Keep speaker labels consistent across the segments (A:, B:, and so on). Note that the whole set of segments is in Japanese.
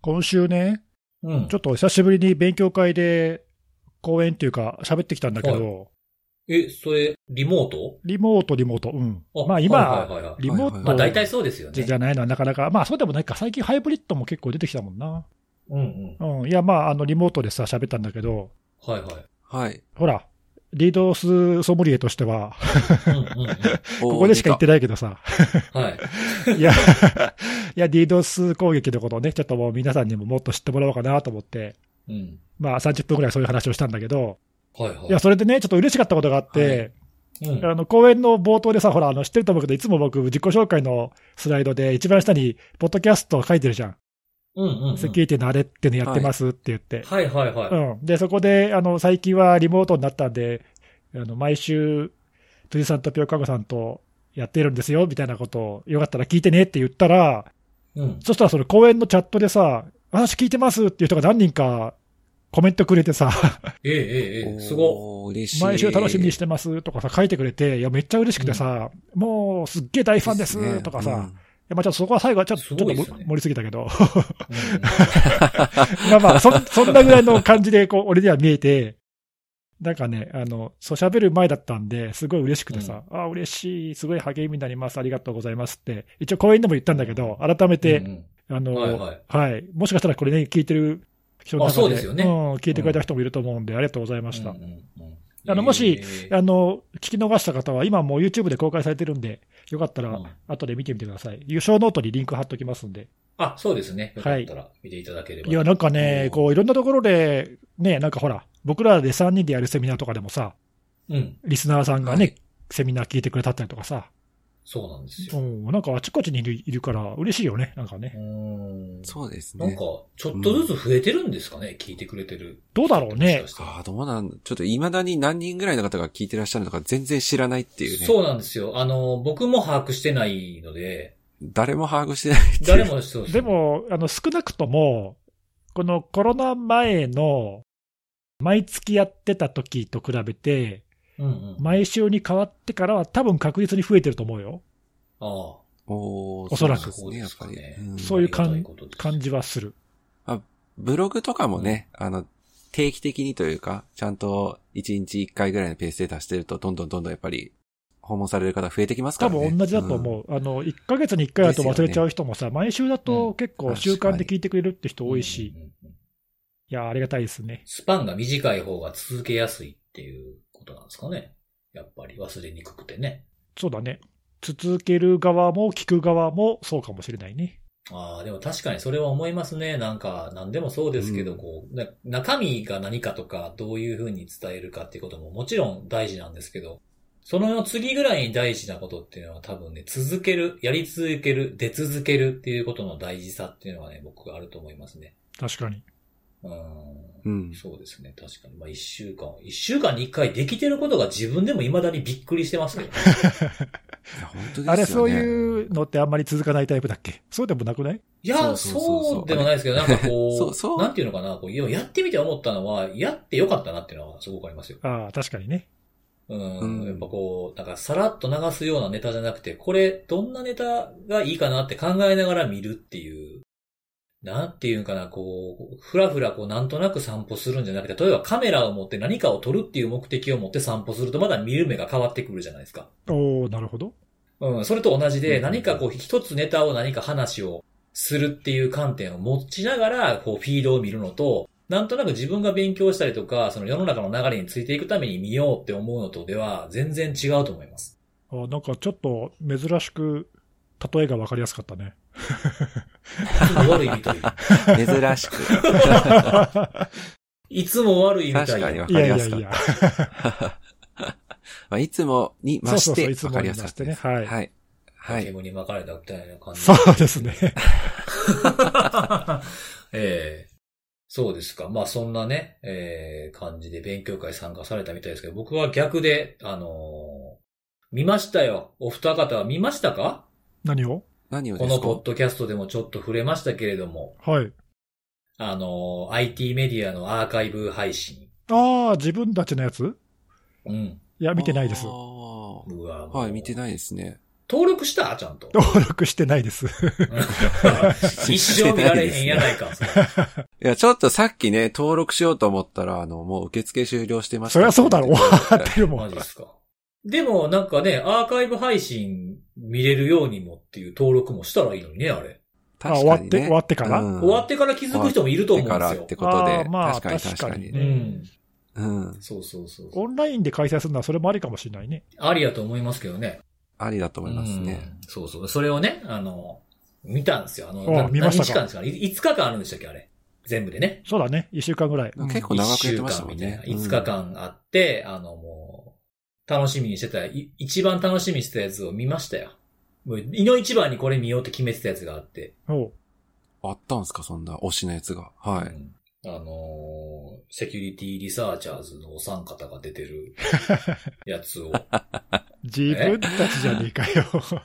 A: 今週ね、
B: うん
A: ちょっと久しぶりに勉強会で講演っていうか喋ってきたんだけど、
B: え、それ、リモート
A: リモート、リモート、うん。
B: あ
A: まあ今、
B: はいはいはいはい
A: リモ
C: はい
A: ー
C: はい
B: まあ
A: ト
B: 大体そうですよね。
A: じゃないのはなかなか、まあそうでもないか、最近ハイブリッドも結構出てきたもんな。
B: うんうん。
A: うん。いや、まあ、あの、リモートでさ、喋ったんだけど、
B: はいはい。
C: はい。
A: ほら、リードスソムリエとしては、
B: うんうんう
C: こ
A: ここでしか言ってないけどさ、
B: ん。はい。
A: いや、い や、リードス攻撃のことをね、ちょっともう皆さんにももっと知ってもらおうかなと思って、
B: うん。
A: まあ30分くらいそういう話をしたんだけど、
B: はいはい。
A: いや、それでね、ちょっと嬉しかったことがあって、
B: うん、
A: あの、講演の冒頭でさ、ほら、あの、知ってると思うけど、いつも僕、自己紹介のスライドで一番下に、ポッドキャスト書いてるじゃん。
B: うんうんうん。
A: セキュリティのあれってのやってますって言って。
B: はいはいはい。
A: うん。で、そこで、あの、最近はリモートになったんで、あの、毎週、辻さんとピョーカゴさんとやってるんですよ、みたいなことを、よかったら聞いてねって言ったら、
B: うん。
A: そしたらその公演のチャットでさ、私聞いてますっていう人が何人かコメントくれてさ、
B: ええええええ、すごっ。
C: おー嬉しい。
A: 毎週楽しみにしてますとかさ、書いてくれて、いや、めっちゃ嬉しくてさ、もうすっげえ大ファンですとかさ、いやまあちょっとそこは最後はちょっと、
B: す
A: ち
B: ご
A: ょ
B: い
A: っ
B: ですね
A: と盛りすぎたけど、
B: う
A: まあまあ、そん、そんなぐらいの感じで、こう、俺には見えて、なんかね、あの、そう喋る前だったんで、すごい嬉しくてさ、ああ、嬉しい、すごい励みになります、ありがとうございますって、一応講演でも言ったんだけど、改め
B: ん
A: て、
B: うん
A: あの、
B: は
A: はいい、
B: はい
A: もしかしたらこれね、聞いてる人の中で、
B: あそうですよね
A: ん聞いてくれた人もいると思うんで、ありがとうございました。
B: うんうんうん
A: あのもし
B: ええ
A: あの、聞き逃した方は、今もう YouTube で公開されてるんで、よかった
B: う
A: ら
B: ん、
A: 後で見てみてください。優勝ノートにリンク貼っときますんで。
B: あ、そうですね。よかったら見ていただければ。
A: いや、なんかね、こう、いろんなところで、ね、なんかほら、僕らで3人でやるセミナーとかでもさ、
B: うん。
A: リスナーさんがね、
C: はい
A: セミナー聞いてくれたったりとかさ、
B: そうなんです
A: う
B: よ。
A: ん、なんかあちこちにいるいるから、嬉しいよね、なんか
B: う
A: ね。
B: ん。
C: そうです
B: なん
C: ね
B: か。、ちょっとずつ増えてるんですかね聞いてくれてる。
A: どうだろうね
B: もしかしたら
C: ああ、どうなんちょっと未だに何人ぐらいの方が聞いてらっしゃるのか全然知らないっていうね。
B: そうなんですよ。あの、僕も把握してないので、
C: 誰も把握してないっていう。
B: 誰。もそう
A: で、も、あの、少なくとも、このコロナ前の、毎月やってた時と比べて、
B: うんうん。
A: 毎週に変わってからは多分確実に増えてると思うよ。
B: あ
C: おー
A: おそらく
C: そうですね、やっぱり。
B: うん
C: ん
B: あ
A: そういう感
B: ありがたことです
A: 感じはする。
C: ブログとかもね、あの、定期的にというか、ちゃんと1日1回ぐらいのペースで出してると、どんどんどんどんやっぱり、訪問される方増えてきますか
A: 多
C: らね。
A: 分同じだと
C: うん。
A: 思う。あの、1ヶ月に1回だと忘れちゃう人もさ、毎週だと結
C: う
A: 構
C: ん
A: 習慣で聞いてくれるって人多いし、
B: うんうんうん。
A: いや、ありがたいですね。
B: スパンが短い方が続けやすいっていうことなんですかね。やっぱり忘れにくくてね。
A: そうだね。続ける側も聞く側もそうかもしれないね。
B: ああ、でも確かにそれは思いますね。なんか、何でもそうですけど、
C: うん
B: こう、な中身が何かとか、どういうふうに伝えるかっていうことももちろん大事なんですけど、その次ぐらいに大事なことっていうのは多分ね、続ける、やり続ける、出続けるっていうことの大事さっていうのはね、僕あると思いますね。
A: 確かに。
B: う。
C: うんん。
B: そうですね、確かに。まあ、一週間、一週間に一回できてることが自分でも未だにびっくりしてますけどね。
C: いや本当ですよね。
A: あれ、そういうのってあんまり続かないタイプだっけそうでもなくない
B: いや、
C: そうそうそうそう
B: そうでもないですけど、なんかこう、
C: そうそう
B: なんていうのかな、こういややってみて思ったのは、やってよかったなっていうのはすごくありますよ。
A: ああ、確かにね。
B: うん,、
C: うん
B: やっぱこう、なんかさらっと流すようなネタじゃなくて、これ、どんなネタがいいかなって考えながら見るっていう、なんていうんかな、こう、ふらふらこう、なんとなく散歩するんじゃなくて、例えばカメラを持って何かを撮るっていう目的を持って散歩すると、まだ見る目が変わってくるじゃないですか。
A: おおなるほど。
B: うん、それと同じで、
C: うん
B: 何かこう、一つネタを何か話をするっていう観点を持ちながら、こう、フィードを見るのと、なんとなく自分が勉強したりとか、その世の中の流れについていくために見ようって思うのとでは、全然違うと思います。
A: あーなんかちょっと珍しく、例えが分かりやすかった ね。
B: いつも悪いみたい。
C: 珍しく。
B: いつも悪いみたい。
C: 確かに分
A: い
C: かり
A: や
C: や
A: いや
C: すかっ
A: い
C: た。
A: や。
C: まあ、いつもに
A: そうそ
C: 増し
A: うそ
C: て、
A: う、いつ
C: 分
A: も
C: かり
A: に
C: やす
A: ま
C: かっ
A: したて
C: で
A: ね。
C: す。
A: はい。
C: はい。はい。
B: 煙に巻かれたみたいな感じ。
A: そうですね。
B: ええそうですか。まあそんなね、ええ感じで勉強会参加されたみたいですけど、僕は逆で、あのー見ましたよ。お二方は見ましたか
A: 何を
C: 何を
B: こ
C: です
B: の
C: か
B: ポッドキャストでもちょっと触れましたけれども、
A: はい。
B: あのー IT メディアのアーカイブ配信。
A: ああ、自分たちのやつ
B: うん。
A: いや、見てないです。
C: あー
B: うわ
C: はい、見て
B: い。
C: ないですね。
B: 登録したちゃん と。
A: 登録してないです。
B: 一生見られへんやないか。それ
C: いや、ちょっとさっきね、登録しようと思ったら、あの、もう受付終了してました。
A: そりゃそうだろう。
C: って
A: わ
C: 言って
A: かってるも
B: マ
A: ん。
B: ジですか。でも、なんかね、アーカイブ配信見れるようにもっていう登録もしたらいいのにね、あれ。
A: あ終わって終わってから
C: うん
B: 終わってから気づく人もいると思うん
C: だ
B: で
C: から
B: す
C: っ
B: よ
C: て。こと
A: あ
C: で
A: ー、まあ
C: 確かに
A: 確
C: 確
A: か
C: か
A: に
C: に
A: ね
B: う
C: ね。
B: ん。
C: うん。
B: そうそうそうそう。
A: オンラインで開催するのはそれもありかもしれないね。
B: ありやと思いますけどね。
C: ありだと思いますね。
B: うん。そうそう。それをね、あの、見たんですよ。あの、
A: あ
B: な
A: 見ましたか
B: 何日間ですかねい ?5 日間あるんでしたっけあれ。全部でね。
A: そうだね。一週間ぐらい。うん
C: 結構
B: 一
C: 長くやっ
B: 週
C: てました
B: 間
C: もん
B: みたい
C: ね
B: な。。5日間あって、あのもう、楽しみにしてた、い一番楽しみにしてたやつを見ましたよ。もう、いの一番にこれ見ようって決めてたやつがあって。
A: おう
C: うん。あったんすか、そんな推しのやつが。は
B: う
C: い。
B: んあのーセキュリティリサーチャーズのお三方が出 てるやつを。
A: 自分たちじゃねえかよ。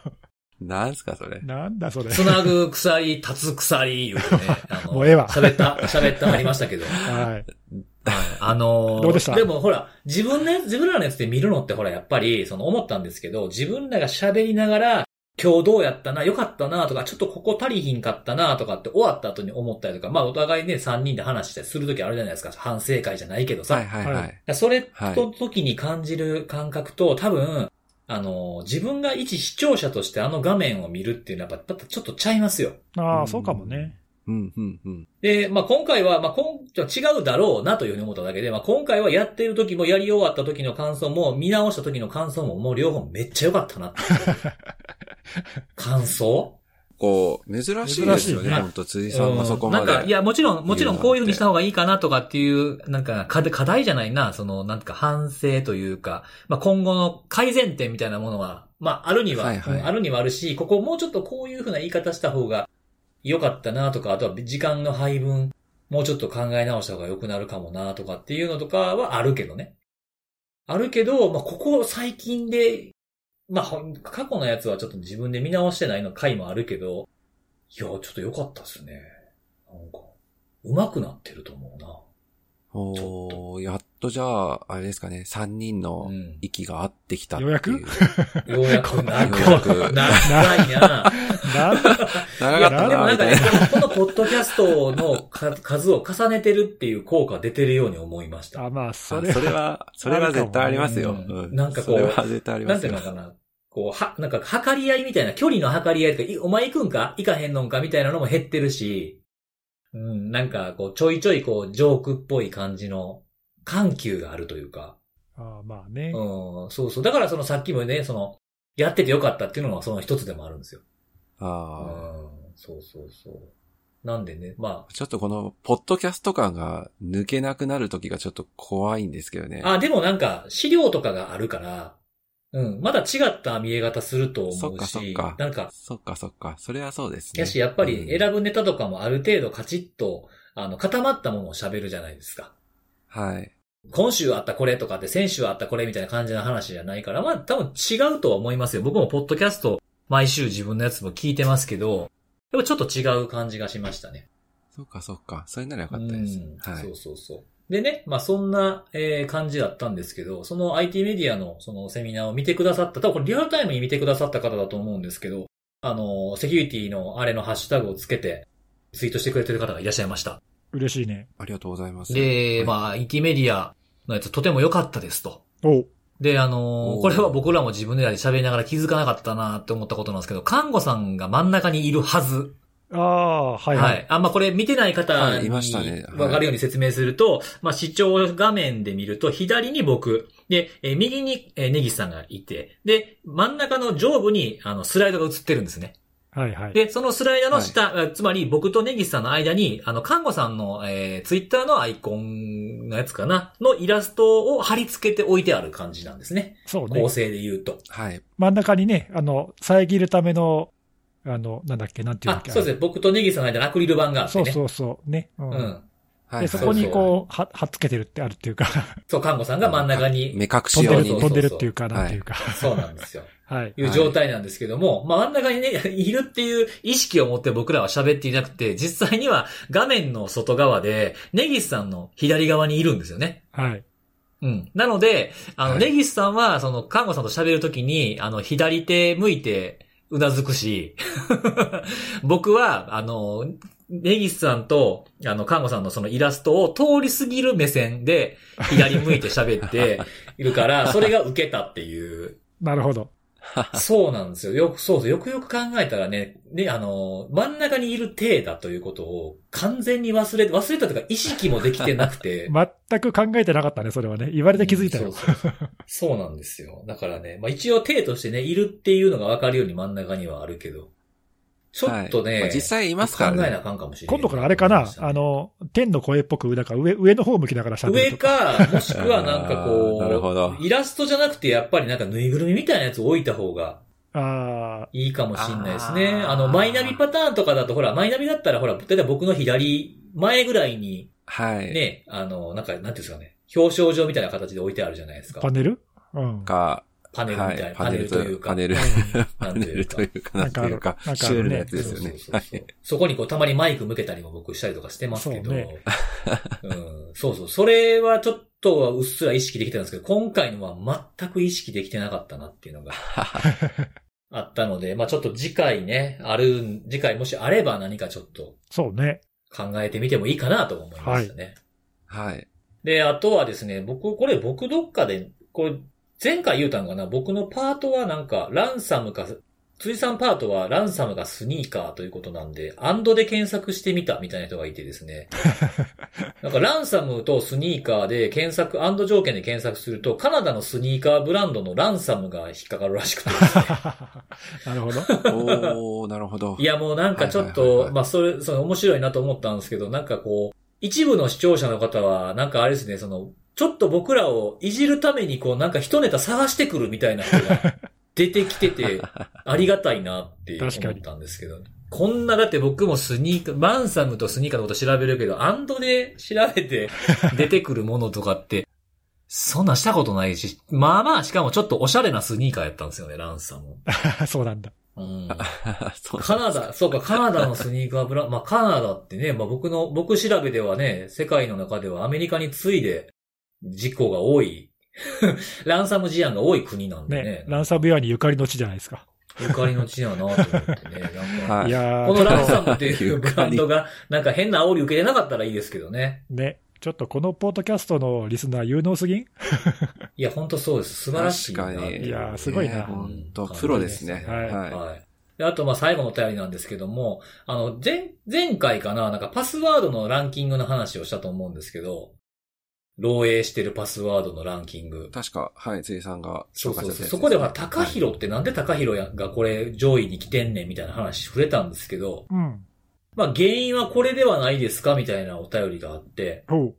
C: なんすか、それ。
A: なんだそれ。
B: つなぐ鎖、立つ鎖、言うて ね。あの
A: もうええわ
B: 喋った、喋ったありましたけ ど。
A: はい。
B: あのー
A: どうでした
B: もほら、自分ね、自分らのやつで見るのってほら、やっぱり、その思ったんですけど、自分らが喋りながら、今日どうやったな、良かったなとか、ちょっとここ足りひんかったなとかって終わった後に思ったりとか、まあお互いね、3人で話したりするときあるじゃないですか。反省会じゃないけどさ。
C: はいはいは。
A: はい
B: それ
C: はい
B: と時に感じる感覚と、多分、あのー、自分が一視聴者としてあの画面を見るっていうのはやっぱ、やっぱちょっとちゃいますよ。
A: あ
C: う
A: あ、
C: ん
A: そうかもね。
C: うん、うん、うん。
B: で、まあ、今回は、まあ、こん、違うだろうなというふうに思っただけで、まあ、今回はやってる時もやり終わった時の感想も、見直した時の感想も、もう両方めっちゃ良かった なっていう。感想
C: こう、珍しいですよ
A: 珍しい
C: ね、
A: ね
C: ほんと、辻さんがそこ
B: う
C: ま
B: ん
C: で。
B: なんか、いや、もちろん、もちろんこういうふうにした方がいいかなとかっていう、なんか、課課題じゃないな、その、なんか反省というか、まあ、今後の改善点みたいなものは、まあ、あるには、
C: はいはい
B: うんあるにはあるし、ここもうちょっとこういうふうな言い方した方が良かったなとか、あとは時間の配分、もうちょっと考え直した方が良くなるかもなとかっていうのとかはあるけどね。あるけど、まあ、ここ最近で、まあ、ほん過去のやつはちょっと自分で見直してないの回もあるけど、いや、ちょっと良かったですね。なんか、上手くなってると思う
C: おーやっとじゃあ、あれですかね、3人
B: な。
C: の
B: うん。
C: 息が合ってきたっていう。
A: ようやく
B: ようやく、なんか、
C: ようやく
B: 長
A: なん
B: いな。
C: 長
B: い
C: か
B: や
C: っ、た
B: でも
C: な、
B: なんか
C: みた
B: ね
C: いな。、
B: このポッドキャストのか数を重ねてるっていう効果出てるように思いました。
A: あ、まあ、そ
C: そ
A: れ
C: れ
A: は。
C: は、それは絶対ありますよ。
B: うん
C: うん
B: なんかこう
C: それは絶対あり
B: な
C: ま
B: ん
C: す
B: ていう
C: よ
B: の。かな。こう、は、なんか、測り合いみたいな、距離の測り合いとか、いお前行くんか行かへんのんかみたいなのも減ってるし、うん、なんか、こう、ちょいちょい、こう、ジョークっぽい感じの、緩急があるというか、
A: ああまあね。
B: うん、そうそう。だから、その、さっきもね、その、やっててよかったっていうのが、その一つでもあるんですよ。うん
C: ああ。、
B: そうそうそう。なんでね、ま
C: ちょっとこの、ポッドキャスト感が抜けなくなる時がちょっと怖いんですけどね。
B: あ、あ、でもなんか、資料とかがあるから、うん、まだ違った見え方すると
C: そ
B: 思
C: っ
B: う
C: かそっ
B: し
C: か、
B: なんか、
C: そっかそっか。それはそうですね。
B: やし、やっぱり
C: うん
B: 選ぶネタとかもある程度カチッと、あの、固まったものを喋るじゃないですか。
C: はい。
B: 今週あったこれとかって、先週あったこれみたいな感じの話じゃないから、まあ多分違うとは思いますよ。僕もポッドキャスト、毎週自分のやつも聞いてますけど、でもちょっと違う感じがしましたね。
C: そっかそっか。それならよかったです
B: うん。
C: は
B: そう
C: い。
B: そうそう。でね、まあそんな、えー感じだったんですけど、その IT メディアのそのセミナーを見てくださった、多分これリアルタイムに見てくださった方だと思うんですけど、あの、セキュリティのあれのハッシュタグをつけて、ツイートしてくれてる方がいらっしゃいました。
A: 嬉しいね。
C: ありがとうございます。
B: で、
C: あ。
B: まあ IT メディアのやつとても良かったですと。
A: おう
B: で、あの
C: おー
B: これは僕らも自分でやり喋りながら気づかなかったなって思ったことなんですけど、看護さんが真ん中にいるはず
A: ああ、はい
B: は
A: はいい。。
B: あ、まあ、これ見てない方
C: はい
B: に
C: いましたねはい
B: わかるように説明すると、まあ、視聴画面で見ると、左に僕、で、えー右に、えーネギスさんがいて、で、真ん中の上部に、あの、スライドが映ってるんですね。
A: はいはい。
B: で、そのスライドの下、あつまり僕とネギスさんの間に、あの、看護さんの、えツイッター Twitter のアイコンのやつかな、のイラストを貼り付けて置いてある感じなんですね。
A: そうね
B: 構。成で言うと。
C: はい。
A: 真ん中にね、あの、遮るための、あの、なんだっけ、なんていうんだ
B: あ
A: っ、け。
B: そうですね。
A: ね。
B: 僕とネギスさんの間にアクリル板があって
A: そ
B: ね。
A: うそうそう。ね。う。
B: うんん。
C: はい。
A: で、そこに
C: う、
A: こう、は、はっつけてるってあるっていう か、
B: そう、看護さんが真ん中に
C: 目隠
A: 飛
C: し
A: ん
C: 用
A: でる、
C: に
B: そう
C: ね。
A: 飛んでるっていう
C: そ
A: か、
C: うそう
A: なんていうか。
B: そうなんですよ。
A: はい。
B: いう状態なんですけども、まあ真ん中にね、 いるっていう意識を持って僕らは喋っていなくて、実際には画面の外側で、ネギスさんの左側にいるんですよね。
A: はい。
B: うん。なので、あの、
C: はい
B: ネギスさんは、その、看護さんと喋るときに、あの、左手向いて、うなずくし、 僕は、あの、ネギスさんと、あの、看護さんのそのイラストを通り過ぎる目線で、左向いて喋っているから、それが受けたっていう。
A: なるほど。
B: そうなんですよ。よく、そうそう。よくよく考えたらね、ね、あの、真ん中にいる体だということを完全に忘れ、忘れたというか意識もできてなく て。
A: 全く考えてなかったね、それはね。言われて気づいた
B: う
A: よ
B: ん。そうそうそうなんですよ。だからね、まあ一応体としてね、いるっていうのがわかるように真ん中にはあるけど。ちょっとね、
C: はいまあ実際いますからね
B: 考えなあかんかもしれない。
A: 今度からあれかな、あ、の、天の声っぽく、なんか上、上の方向きながら喋る
B: 上
A: と
B: か、もしくはなんかこ
C: あーなるほど
B: う、イラストじゃなくてやっぱりなんかぬいぐるみみたいなやつ置いた方が
A: あ
B: いいかもしんないですね。
C: あー
B: あの、マイナビパターンとかだとほら、マイナビだったらほら、例えば僕の左前ぐらいに
C: はい。
B: ね、あの、なんか、なんていうんですかね、表彰状みたいな形で置いてあるじゃないです
A: ー
B: か
A: パ。ネルうん。
C: か、
B: パネルみたいな、
C: はい
B: パネルというか。
C: パネル
B: な
C: パ
B: ん
C: ネ
B: という
C: ル
B: か
C: というか、なんていうか
A: なんかあ、る
C: シュールな
A: なん
C: や
A: か
C: つですよね
B: そう。そ
C: は
B: うそう
C: い。
B: そこにこう、たまにマイク向けたりも僕したりとかしてますけど。
A: そううね
B: ん、そうそう。それはちょっとはうっすら意識できてたんですけど、今回のは全く意識できてなかったなっていうのがあったので、まあちょっと次回ね、あるん、次回もしあれば何かちょっと
A: そうね。
B: 考えてみてもいいかなと思いましたね。
C: はい。
B: で、あとはですね、僕、これ僕どっかで、これ、前回言うたのかな僕のパートはなんか、ランサムか、辻さんパートはランサムかスニーカーということなんで、アンドで検索してみたみたいな人がいてですね。なんかランサムとスニーカーで検索、アンド条件で検索すると、カナダのスニーカーブランドのランサムが引っかかるらしくて。
A: なるほど。
C: おー、なるほど。
B: いやもうなんかちょっ
C: はいはいはいは
B: と
C: い、
B: まあそれ、その面白いなと思ったんですけど、なんかこう、一部の視聴者の方は、なんかあれですね、その、ちょっと僕らをいじるためにこう、なんか一ネタ探してくるみたいな人が出てきて て、ありがたいなって思
A: 確かに
B: ったんですけど。こんな、だって僕もスニーカー、ランサムとスニーカーのこと調べるけど、アンドで調べ て出てくるものとかって、そんなんしたことないし、まあまあ、しかもちょっとおしゃれなスニーカーやったんですよね、ランサム。
A: そうなんだ。
B: うん。
C: そう
B: カナダ、そうか、カナダのスニーカーブランド、まあカナダってね、まあ僕の、僕調べではね、世界の中ではアメリカに次いで事故が多い、 ランサム事案が多い国なんで
A: ね
B: ね、。
A: ランサムウェアにゆかりの地じゃないですか。
B: ゆかりの地やなと思ってね。なんか
C: はい
A: いやー
B: このラン
A: ちょ
B: サ
A: っ
B: ムっていうブランドが、なんか変な煽り受けてなかったらいいですけどね。
A: とね、ちょっとこのポッドキャストのリスナー有能すぎん
B: いや、本当そうです。素晴らしいなってう。
C: 確かに
A: いやーすごいな
B: うん
C: 本当プロですね。
A: はい
C: は
B: はい。であと、まあ、最後のお便りなんですけども、あの、前、前回かな、なんかパスワードのランキングの話をしたと思うんですけど、漏洩してるパスワードのランキング
C: い。。確か、はい、ついさんが
B: そ
C: 紹
B: うそ
C: 介
B: う
C: し
B: そ
C: た
B: う。そこでは、
C: 高
B: 高
C: 弘
B: 弘ってなんで高弘やがこれ上位に来てんねんみたいな話触れたんですけど、
A: うん。
B: まあ、原因はこれではないですかみたいなお便りがあって、
A: ほ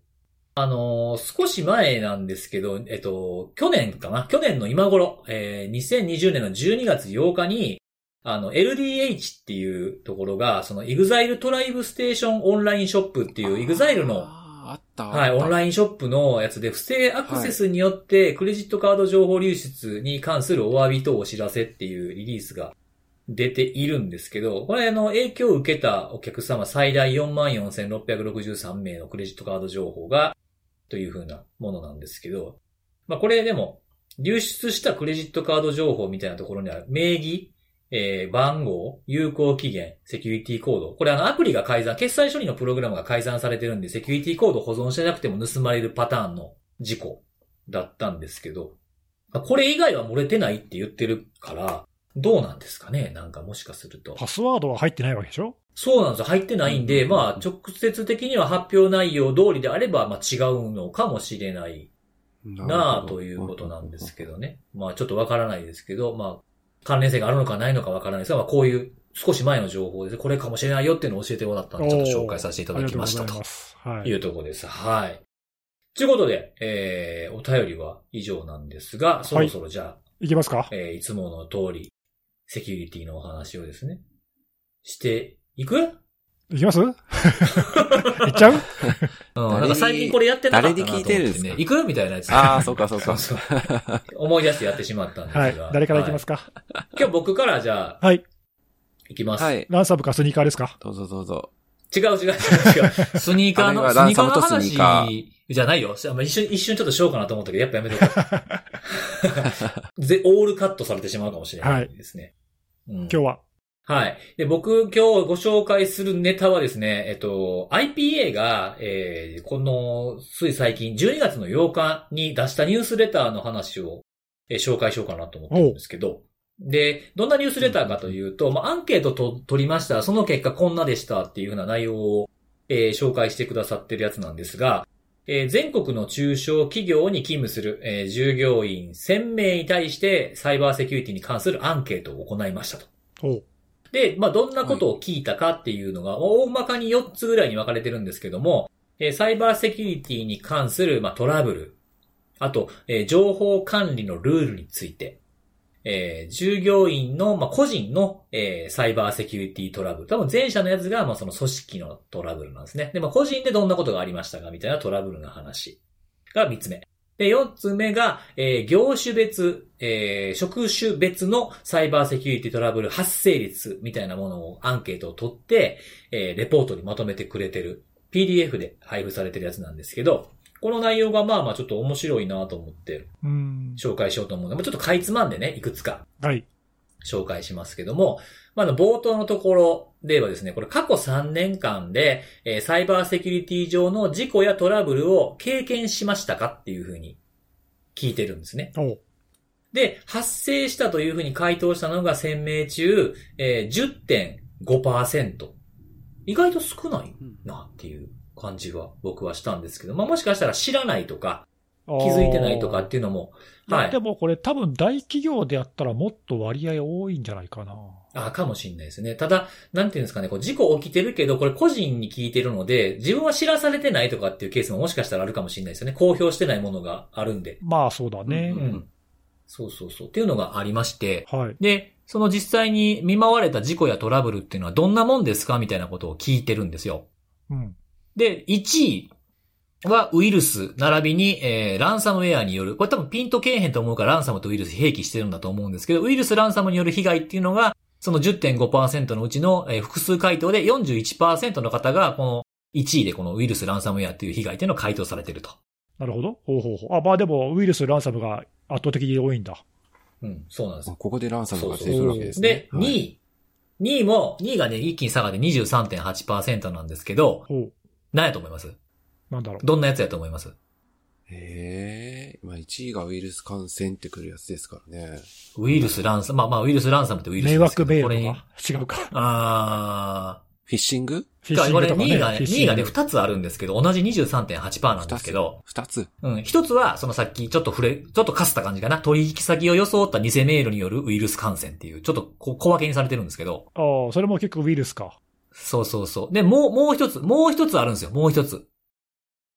B: あのー少し前なんですけど、えっと、去年かな去年の今頃、えー2020年の12月8日に、あの、LDH っていうところが、その EXILE トライブステーションオンラインショップっていう EXILE の、
C: あーあった。
B: はい、オン
C: イ
B: ラインショップのやつで、不正アクセスによってクレジットカード情報流出に関するお詫びとお知らせっていうリリースが出ているんですけど、これあの、影響を受けたお客様最大44,663名のクレジットカード情報が、というふうなものなんですけど、まあこれでも、流出したクレジットカード情報みたいなところには、名義、えー番号、有効期限、セキュリティコード。これあのアプリが改ざん、決済処理のプログラムが改ざんされてるんで、セキュリティコード保存してなくても盗まれるパターンの事故だったんですけど、まあこれ以外は漏れてないって言ってるから、どうなんですかねなんかもしかすると
A: う。。パスワードは入ってないわけでしょ
B: そうなんですよ。入ってないんで、
C: うん
B: まあ、直接的には発表内容通りであれば、まあ、違うのかもしれない
C: ン
B: なあということなんですけどね。まあ、ちょっとわからないですけど、まあ、関連性があるのかないのかわからないですが、まあ、こういう少し前の情報です、これかもしれないよっていうのを教えてもらったので、ちょっと紹介させていただきました
A: ありがとうござい
B: と
A: ます。はいい。
B: うところです。はい。ということで、えー、お便りは以上なんですが、そろそろじゃあ、
A: いきますか
B: えー、いつもの通り、セキュリティのお話をですね、していく
A: いきます いっちゃう
B: うん、
C: 誰
B: なん
C: に
B: か最近これやってなかったなと思って、ね。
C: 誰に聞いてるんですか
B: 行くみたいなやつ。
C: ああ、そうかそう か。
B: そうそう思い出してやってしまったんですが。
A: はい。誰からいきますか
B: はい今日僕からじゃあ、
A: はい。
B: 行きます。
C: はい。
A: ランサムかスニーカーですか
C: どうぞどうぞ。
B: 違う違う違 う違う。スニーカー
C: あ
B: の、
C: れ
B: ス
C: は
B: ニーカーの
C: ランサムとスニーカ
B: 話じゃないよ。あまあ一瞬、一瞬ちょっとしようかなと思ったけど、や っぱやめとこう。ぜ、オールカットされてしまうかもしれないですね。今
A: 今日は。
B: はい。で、僕今日ご紹介するネタはですね、えっと、IPA が、えー、この、つい最近、12月の8日に出したニュースレターの話を、えー紹介しようかなと思ってるんですけど、で、どんなニュースレターかというと、まあ、アンケートと取りました、その結果こんなでしたっていうふうな内容を、えー紹介してくださってるやつなんですが、えー全国の中小企業に勤務する、えー従業員1000名に対してサイバーセキュリティに関するアンケートを行いましたと。
A: おう
B: で、まあ、どんなことを聞いたかっていうのが、大まかに4つぐらいに分かれてるんですけども、えーサイバーセキュリティに関する、まあ、トラブル、あと、えー情報管理のルールについて、えー従業員の、まあ、個人の、えーサイバーセキュリティトラブル。多分前者のやつが、まあ、その組織のトラブルなんですね。で、まあ、個人でどんなことがありましたかみたいなトラブルの話が3つ目。で、4つ目が、えー業種別、えー職種別のサイバーセキュリティトラブル発生率みたいなものをアンケートを取って、えーレポートにまとめてくれてる PDF で配布されてるやつなんですけど、この内容がまあまあちょっと面白いなと思って
A: うん。
B: 紹介しようと思うので、まあちょっとかいつまんでね、いくつか
A: はい。
B: 紹介しますけども、まああの、冒頭のところではですね、これ過去3年間で、えーサイバーセキュリティ上の事故やトラブルを経験しましたかっていうふうに聞いてるんですね。
A: おう
B: で、発生したというふうに回答したのが1000名中、えー、10.5%。意外と少ないなっていう感じは僕はしたんですけど、まあもしかしたら知らないとか、気づいてないとかっていうのも、
A: いや
B: はい
A: で。もこれ多分大企業でやったらもっと割合多いんじゃないかな。
B: あ、かもしれないですね。ただ、なんていうんですかね、こう事故起きてるけど、これ個人に聞いてるので、自分は知らされてないとかっていうケースももしかしたらあるかもしれないですよね。公表してないものがあるんで。
A: まあそうだね。
C: うん
B: そうそうそう。っていうのがありまして、
A: はい。
B: で、その実際に見舞われた事故やトラブルっていうのはどんなもんですかみたいなことを聞いてるんですよ。
A: うん。
B: で、1位はウイルス、並びに、えーランサムウェアによる、これ多分ピンとけえへんと思うからランサムとウイルス併記してるんだと思うんですけど、ウイルス、ランサムによる被害っていうのが、その10.5%のうちの、えー複数回答で41%の方が、この1位でこのウイルス、ランサムウェアっていう被害っていうのを回答されてると。
A: なるほど。ほうほうほう。あ、まあでもウイルス、ランサムが圧倒的に多いんだ。
B: うん、そうなんです
C: あ。ここでランサムが
B: そ
C: 出
B: う
C: て
B: そう
C: る
B: そ
C: わ
B: う
C: けです
B: で
C: ね。、
B: 2位。2位も、2位がね、一気に下がって23.8%なんですけど、
A: ほう。
B: 何やと思います
A: なんだろう。
B: どんなやつやと思います
C: ええまあ1位がウイルス感染ってくるやつですからね。
B: ウイルス、ランサム、まあまあ、ウイルス、ランサムってウイルス
A: 迷
B: ですけ
A: 惑
B: ど。
A: メー
B: これ
A: ルと
B: に、
A: か。違うか。
B: あ
C: フィッシング
A: フィ
B: ー、
A: ッシン
B: こ
A: グ
B: れ
A: とか
B: 2位がね、
A: フィッシ
B: 2
A: ン
B: 位
A: グ
B: がね、2つあるんですけど、同じ23.8%なんですけど、
C: 二つ。
B: うん、1つは、そのさっきちょっと触れ、ちょっとかすった感じかな。取引先を装った偽メールによるウイルス感染っていう、ちょっとこ小分けにされてるんですけど、
A: ああ、それも結構ウイルスか。
B: そうそうそう。で、もう、もう一つ、もう一つあるんですよ、もう一つ。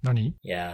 A: 何
B: いや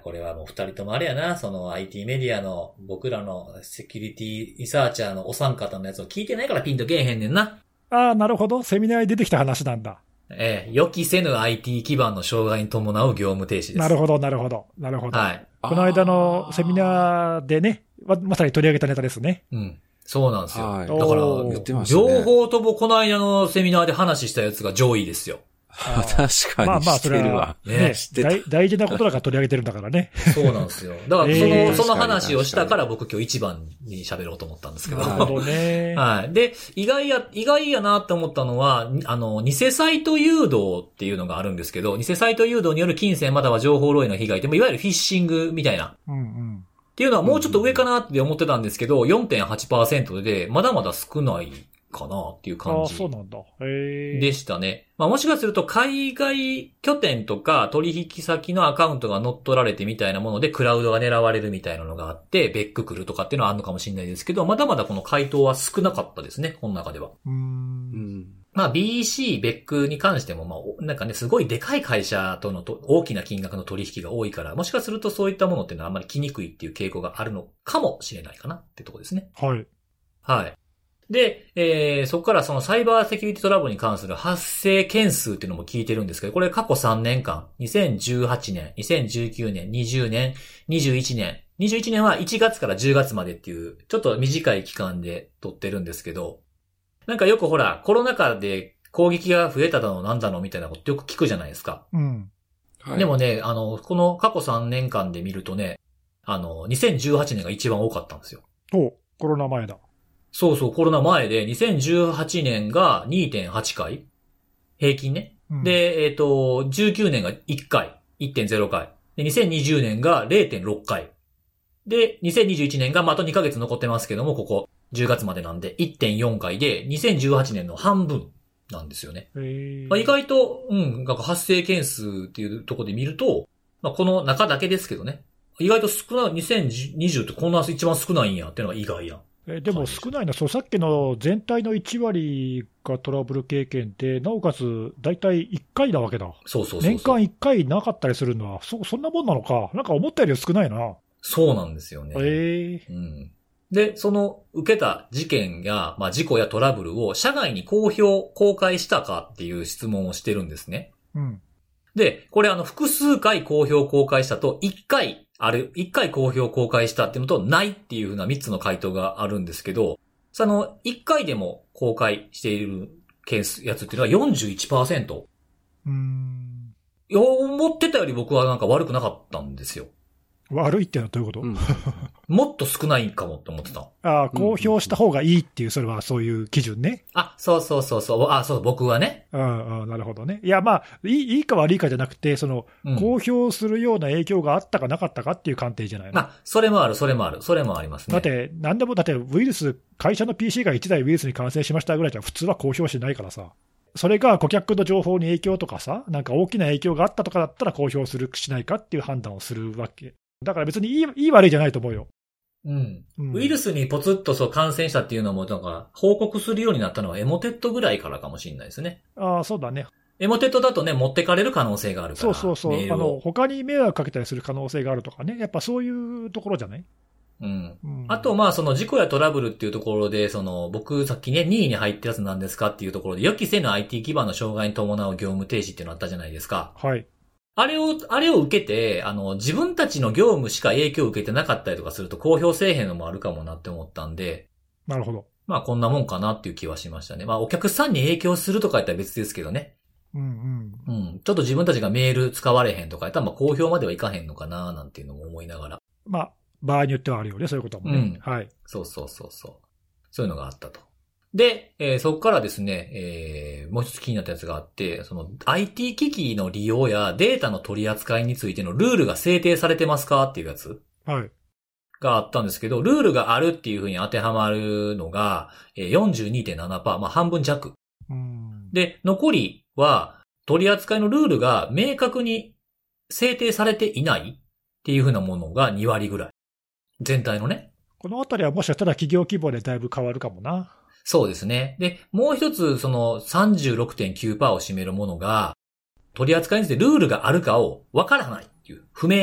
B: ー、これはもう二人ともあれやな、その IT メディアの僕らのセキュリティリサーチャーのお三方のやつを聞いてないからピンとけえへんねんな。
A: ああ、なるほど。セミナーに出てきた話なんだ。
B: ええ予期せぬ IT 基盤の障害に伴う業務停止です。
A: なるほど、なるほど。なるほど。
B: はい。
A: この間の
C: あー
A: セミナーでね、ままさに取り上げたネタですね。
B: うん。そうなんですよ。
C: はい。
A: お
B: だから
A: おー
C: 言ってました
B: 情
C: ね。
B: 報ともこの間のセミナーで話したやつが上位ですよ。
A: あー
C: 確かにしてるわ。
B: ね
A: ね
C: 知ってた
A: 大大事なことだから取り上げてるんだからね。
B: そうなん ですよ。だからその、
A: ええ
B: その話をしたから僕今日一番に喋ろうと思ったんですけど。
C: な
A: な
C: る
A: る
C: ほ
A: ほ
C: ど
A: どね。
B: はい。で、意外や、意外やなって思ったのは、にあの、偽サイト誘導っていうのがあるんですけど、偽サイト誘導による金銭または情報漏洩の被害って、まあいわゆるフィッシングみたいな。
A: うんうん。
B: っていうのはもうちょっと上かなって思ってたんですけど、4.8%で、まだまだ少ないかなっていう
A: あ
B: 感
A: あ、
B: じ
A: そうなんだ。へえ。
B: でしたね。まあもしかすると海外拠点とか取引先のアカウントが乗っ取られてみたいなものでクラウドが狙われるみたいなのがあって、ベック来るとかっていうのはあるのかもしれないですけど、まだまだこの回答は少なかったですね、この中では。
A: うー。
C: うんん。
B: まあ BEC、ベックに関しても、まあ、おなんかね、すごいでかい会社とのと大きな金額の取引が多いから、もしかするとそういったものっていうのはあんまり来にくいっていう傾向があるのかもしれないかなってとこですね。
A: はい。
B: はい。で、えー、そこからそのサイバーセキュリティトラブルに関する発生件数っていうのも聞いてるんですけど、これ過去3年間、2018年、2019年、20年、21年、21年は1月から10月までっていう、ちょっと短い期間で撮ってるんですけど、なんかよくほら、コロナ禍で攻撃が増えただのなんだのみたいなことよく聞くじゃないですか。
A: うん。
C: はい
B: でもね、あの、この過去3年間で見るとね、あの、2018年が一番多かったんですよ。
A: おコロナ前だ。
B: そうそう、コロナ前で、2018年が2.8回。平均ね。
A: うん、
B: で、えっ、と、19年が1回、1.0回。で、2020年が0.6回。で、2021年が、まあ、あと2ヶ月残ってますけども、ここ、10月までなんで、1.4回で、2018年の半分なんですよね。
A: えー
B: まあ、意外と、うん、なんか発生件数っていうところで見ると、まあ、この中だけですけどね。意外と少ない、2020ってこんな一番少ないんやっていうのが意外やん。
A: えでも少ないな、そうさっきの全体の1割がトラブル経験で、なおかつ大体1回なわけだ。
B: そうそうそうそう。
A: 年間1回なかったりするのは、そそんなもんなのか、なんか思ったより少ないな。
B: そうなんですよね。
A: ええ
B: うんで、その受けた事件や、まあ、事故やトラブルを社外に公表、公開したかっていう質問をしてるんですね。
A: うん、
B: で、これあの複数回公表公開したと、1回ある、1回公表公開したっていうのと、ないっていうふうな3つの回答があるんですけど、その1回でも公開しているケース、やつっていうのは41%。
A: うーん、
B: いや思ってたより僕はなんか悪くなかったんですよ。
A: 悪いっていうのはどういうこと、
C: うん
B: もっと少ないかもって思ってた。
A: ああ公表した方がいいっていう、それはそういう基準ね。
B: あ、そうそうそうそう、あ、そう、僕はね。
A: うんうん、なるほどね。いや、まあいい、いいか悪いかじゃなくて、その
B: うん
A: 公表するような影響があったかなかったかっていう鑑定じゃないの。
B: まあ、それもある、それもある、それもありますね。
A: だって、なんでも、だってウイルス、会社の PC が1台ウイルスに感染しましたぐらいじゃ、普通は公表しないからさ、それが顧客の情報に影響とかさ、なんか大きな影響があったとかだったら公表する、しないかっていう判断をするわけ。だから別にいいいい悪いじゃないと思うよ。
B: うん。
A: うん
B: ウイルスにポツッとそう感染したっていうのも、なんか、報告するようになったのはエモテットぐらいからかもしれないですね。
A: ああ、そうだね。
B: エモテットだとね、持ってかれる可能性があるから。
A: そうそうそう。
B: メー
A: あ
B: ル
A: の、
B: を
A: 他に迷惑かけたりする可能性があるとかね。やっぱそういうところじゃない、
B: うん。
A: うん
B: あと、、まあ、その事故やトラブルっていうところで、その、僕、さっきね、2位に入ったやつなんですかっていうところで、予期せぬ IT 基盤の障害に伴う業務停止っていうのあったじゃないですか。
A: はい。
B: あれを、あれを受けて、あの、自分たちの業務しか影響を受けてなかったりとかすると、公表せえへんのもあるかもなって思ったんで、
A: なるほど。
B: まあこんなもんかなっていう気はしましたね。まあお客さんに影響するとかやったら別ですけどね。
A: うんうん。
B: うん。ちょっと自分たちがメール使われへんとかやったらまあ公表まではいかへんのかななんていうのも思いながら。
A: まあ、場合によってはあるよね、そういうこともね。はい。
B: そうそうそうそう。そういうのがあったと。で、えーそこからですね、えーもう一つ気になったやつがあって、その IT 機器の利用やデータの取り扱いについてのルールが制定されてますかっていうやつ。
A: はい。
B: があったんですけど、ルールがあるっていうふうに当てはまるのが、えー42.7%、まあ半分弱
A: うん。
B: で、残りは取り扱いのルールが明確に制定されていないっていうふうなものが2割ぐらい。全体のね。
A: このあたりはもしかしたら企業規模でだいぶ変わるかもな。
B: そうですね。で、もう一つその36.9%を占めるものが、取り扱いについてルールがあるかをわからないっていう、不明っ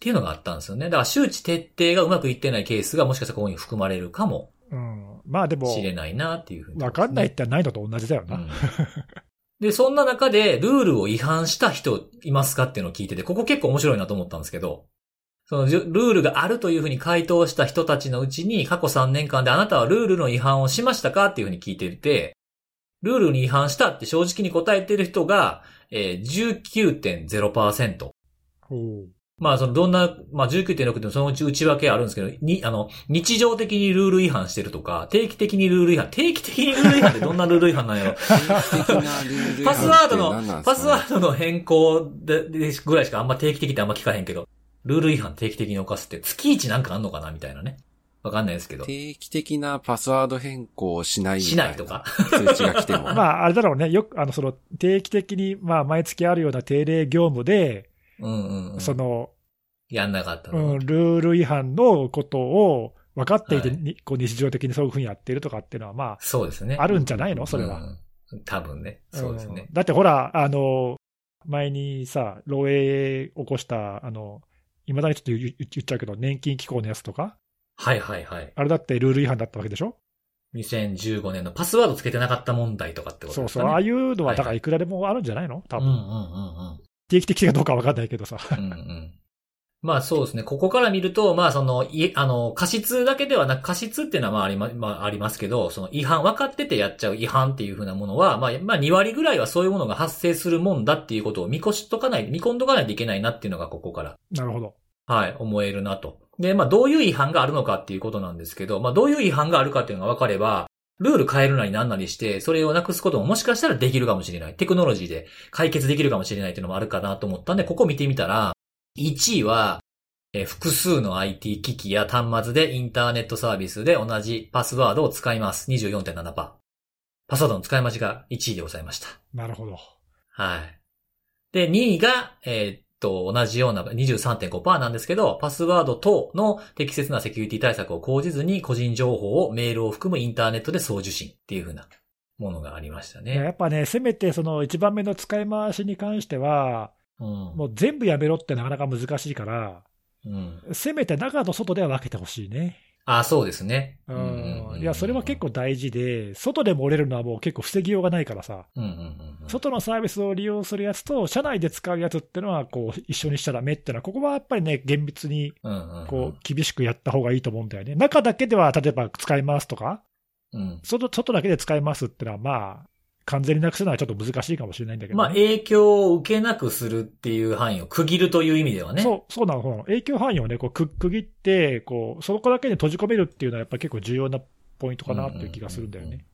B: ていうのがあったんですよね。だから周知徹底がうまくいってないケースがもしかしたらここに含まれるかも
A: うん。まあでも、
B: しれないなっていうふうに、
A: わかんないってないのと同じだよな。
B: うんで、そんな中で、ルールを違反した人いますかっていうのを聞いてて、ここ結構面白いなと思ったんですけど、その、じゅルールがあるというふうに回答した人たちのうちに、過去3年間であなたはルールの違反をしましたかっていうふうに聞いてて、ルールに違反したって正直に答えてる人が、えー、19.0%。
A: おう
B: まあ、その、どんな、まあ、19.6でもそのうち内訳あるんですけど、に、あの、日常的にルール違反してるとか、定期的にルール違反、定期的にルール違反ってどんなルール違反なんやろ パスワードの、パスワードの変更ででぐらいしかあんま定期的ってあんま聞かへんけど、ルール違反定期的に犯すって月一なんかあんのかなみたいなね。わかんないですけど。
C: 定期的なパスワード変更をしないみた
B: しないと。か。
C: 通知が来ても。。
A: まあ、あれだろうね。よく、あの、その、定期的に、まあ、毎月あるような定例業務で、
B: うんうんうん。
A: その、
B: やんなかった
A: う
B: の。
A: ん、ルール違反のことを分かっていて、
B: はい
A: にこう日常的にそういうふうにやってるとかっていうのは、ま
B: そうですね。
A: あ、あるんじゃないのそれは。
B: うん。多分ね。そうですね
A: ん。だってほら、あの、前にさ、漏洩起こした、あの、いまだにちょっと言う言っちゃうけど、年金機構のやつとか、
B: はいはいはい。
A: あれだってルール違反だったわけでしょ
B: 2015年のパスワードつけてなかった問題とかってこと
A: そう
B: です
A: そ
B: か
A: う、
B: ね。
A: ああいうの
B: は
A: はいだからいくらでもあるんじゃないの多
B: うんうん
A: 分、
B: うんうん。
A: 定期的かどうかは分かんないけどさ。
B: うんうんまあそうですね。ここから見ると、まあその、い、あの、過失だけではなく、過失っていうのはまあありま、まあありますけど、その違反、分かっててやっちゃう違反っていうふうなものは、まあ、まあ2割ぐらいはそういうものが発生するもんだっていうことを見越しとかない、見込んどかないといけないなっていうのがここから、
A: なるほど。
B: はい、思えるなとで、まあ、どういう違反があるのかっていうことなんですけど、まあ、どういう違反があるかっていうのが分かれば、ルール変えるなりなんなりして、それをなくすことももしかしたらできるかもしれない。テクノロジーで解決できるかもしれないっていうのもあるかなと思ったんで、ここ見てみたら、1位は、えー複数の IT 機器や端末でインターネットサービスで同じパスワードを使います。24.7%。パスワードの使い間違いが1位でございました。
A: なるほど。
B: はい。で、2位が、えーっと、同じような23.5%なんですけど、パスワード等の適切なセキュリティ対策を講じずに個人情報をメールを含むインターネットで送受信っていうふうなものがありました
A: いやや
B: ね。
A: っぱね、せめてその1番目の使い回しに関しては、
B: うん。
A: もう全部やめろってなかなか難しいから、
B: うん。
A: せめて中と外では分けてほしいね。
B: あ、そうですね。
A: う
B: うんうんうん
A: んいや、それは結構大事で、外で漏れるのはもう結構防ぎようがないからさ、
B: うんうんうんうん。
A: 外のサービスを利用するやつと、社内で使うやつってのはこう一緒にしちゃダメってのは、ここはやっぱりね、厳密に
B: うんうんうん
A: こう厳しくやった方がいいと思うんだよね。中だけでは、例えば使いますとか、
B: うん。
A: 外外だけで使いますってのは、まあ、完全になくすのはちょっと難しいかもしれないんだけど、
B: まあ、影響を受けなくするっていう範囲を区切るという意味ではね。
A: そう、そうなの、そうなの。影響範囲をね、こう、く区切って、こう、そこだけに閉じ込めるっていうのはやっぱり結構重要なポイントかなっていう気がするんだよね。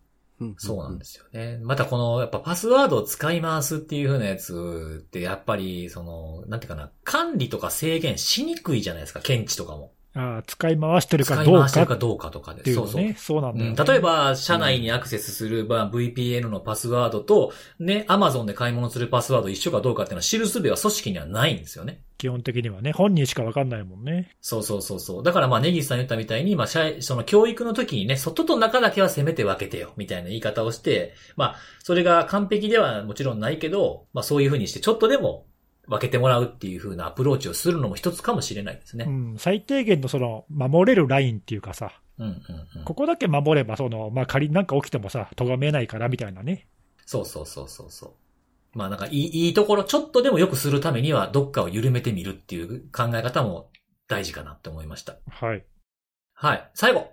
B: そうなんですすよね。またこの、やっぱパスワードを使い回すっていう風なやつって、やっぱり、その、なんていうかな、管理とか制限しにくいじゃないですか、検知とかも。
A: ああ、使い回してる
B: 使
A: か
B: い
A: どう
B: 回して
A: か
B: る
A: っ
B: かどうかとかで。
A: ていう
B: そ
A: の
B: うそう。
A: ね。そうなん
B: う
A: だよ
B: ん、
A: ね。
B: 例えば、社内にアクセスする、まあ、VPN のパスワードと、ね、Amazon で買い物するパスワード一緒かどうかっていうのは知る術は組織にはないんですよね。
A: 基本的にはね、本人しかわかんないもんね。
B: そうそうそうそう。だからまあ、ネギスさん言ったみたいに、まあ、社その教育の時にね、外と中だけはせめて分けてよ、みたいな言い方をして、まあ、それが完璧ではもちろんないけど、まあ、そういうふうにして、ちょっとでも分けてもらうっていうふうなアプローチをするのも一つかもしれないです
A: う
B: ね。
A: ん、最低限のその、守れるラインっていうかさ、
B: うん、うん、うん。
A: ここだけ守れば、その、まあ、仮になんか起きてもさ、咎めないからみたいなね。
B: そうそうそうそうそう。まあ、なんかいい、いいところ、ちょっとでも良くするためには、どっかを緩めてみるっていう考え方も大事かなって思いました。
A: はい。
B: はい。最後。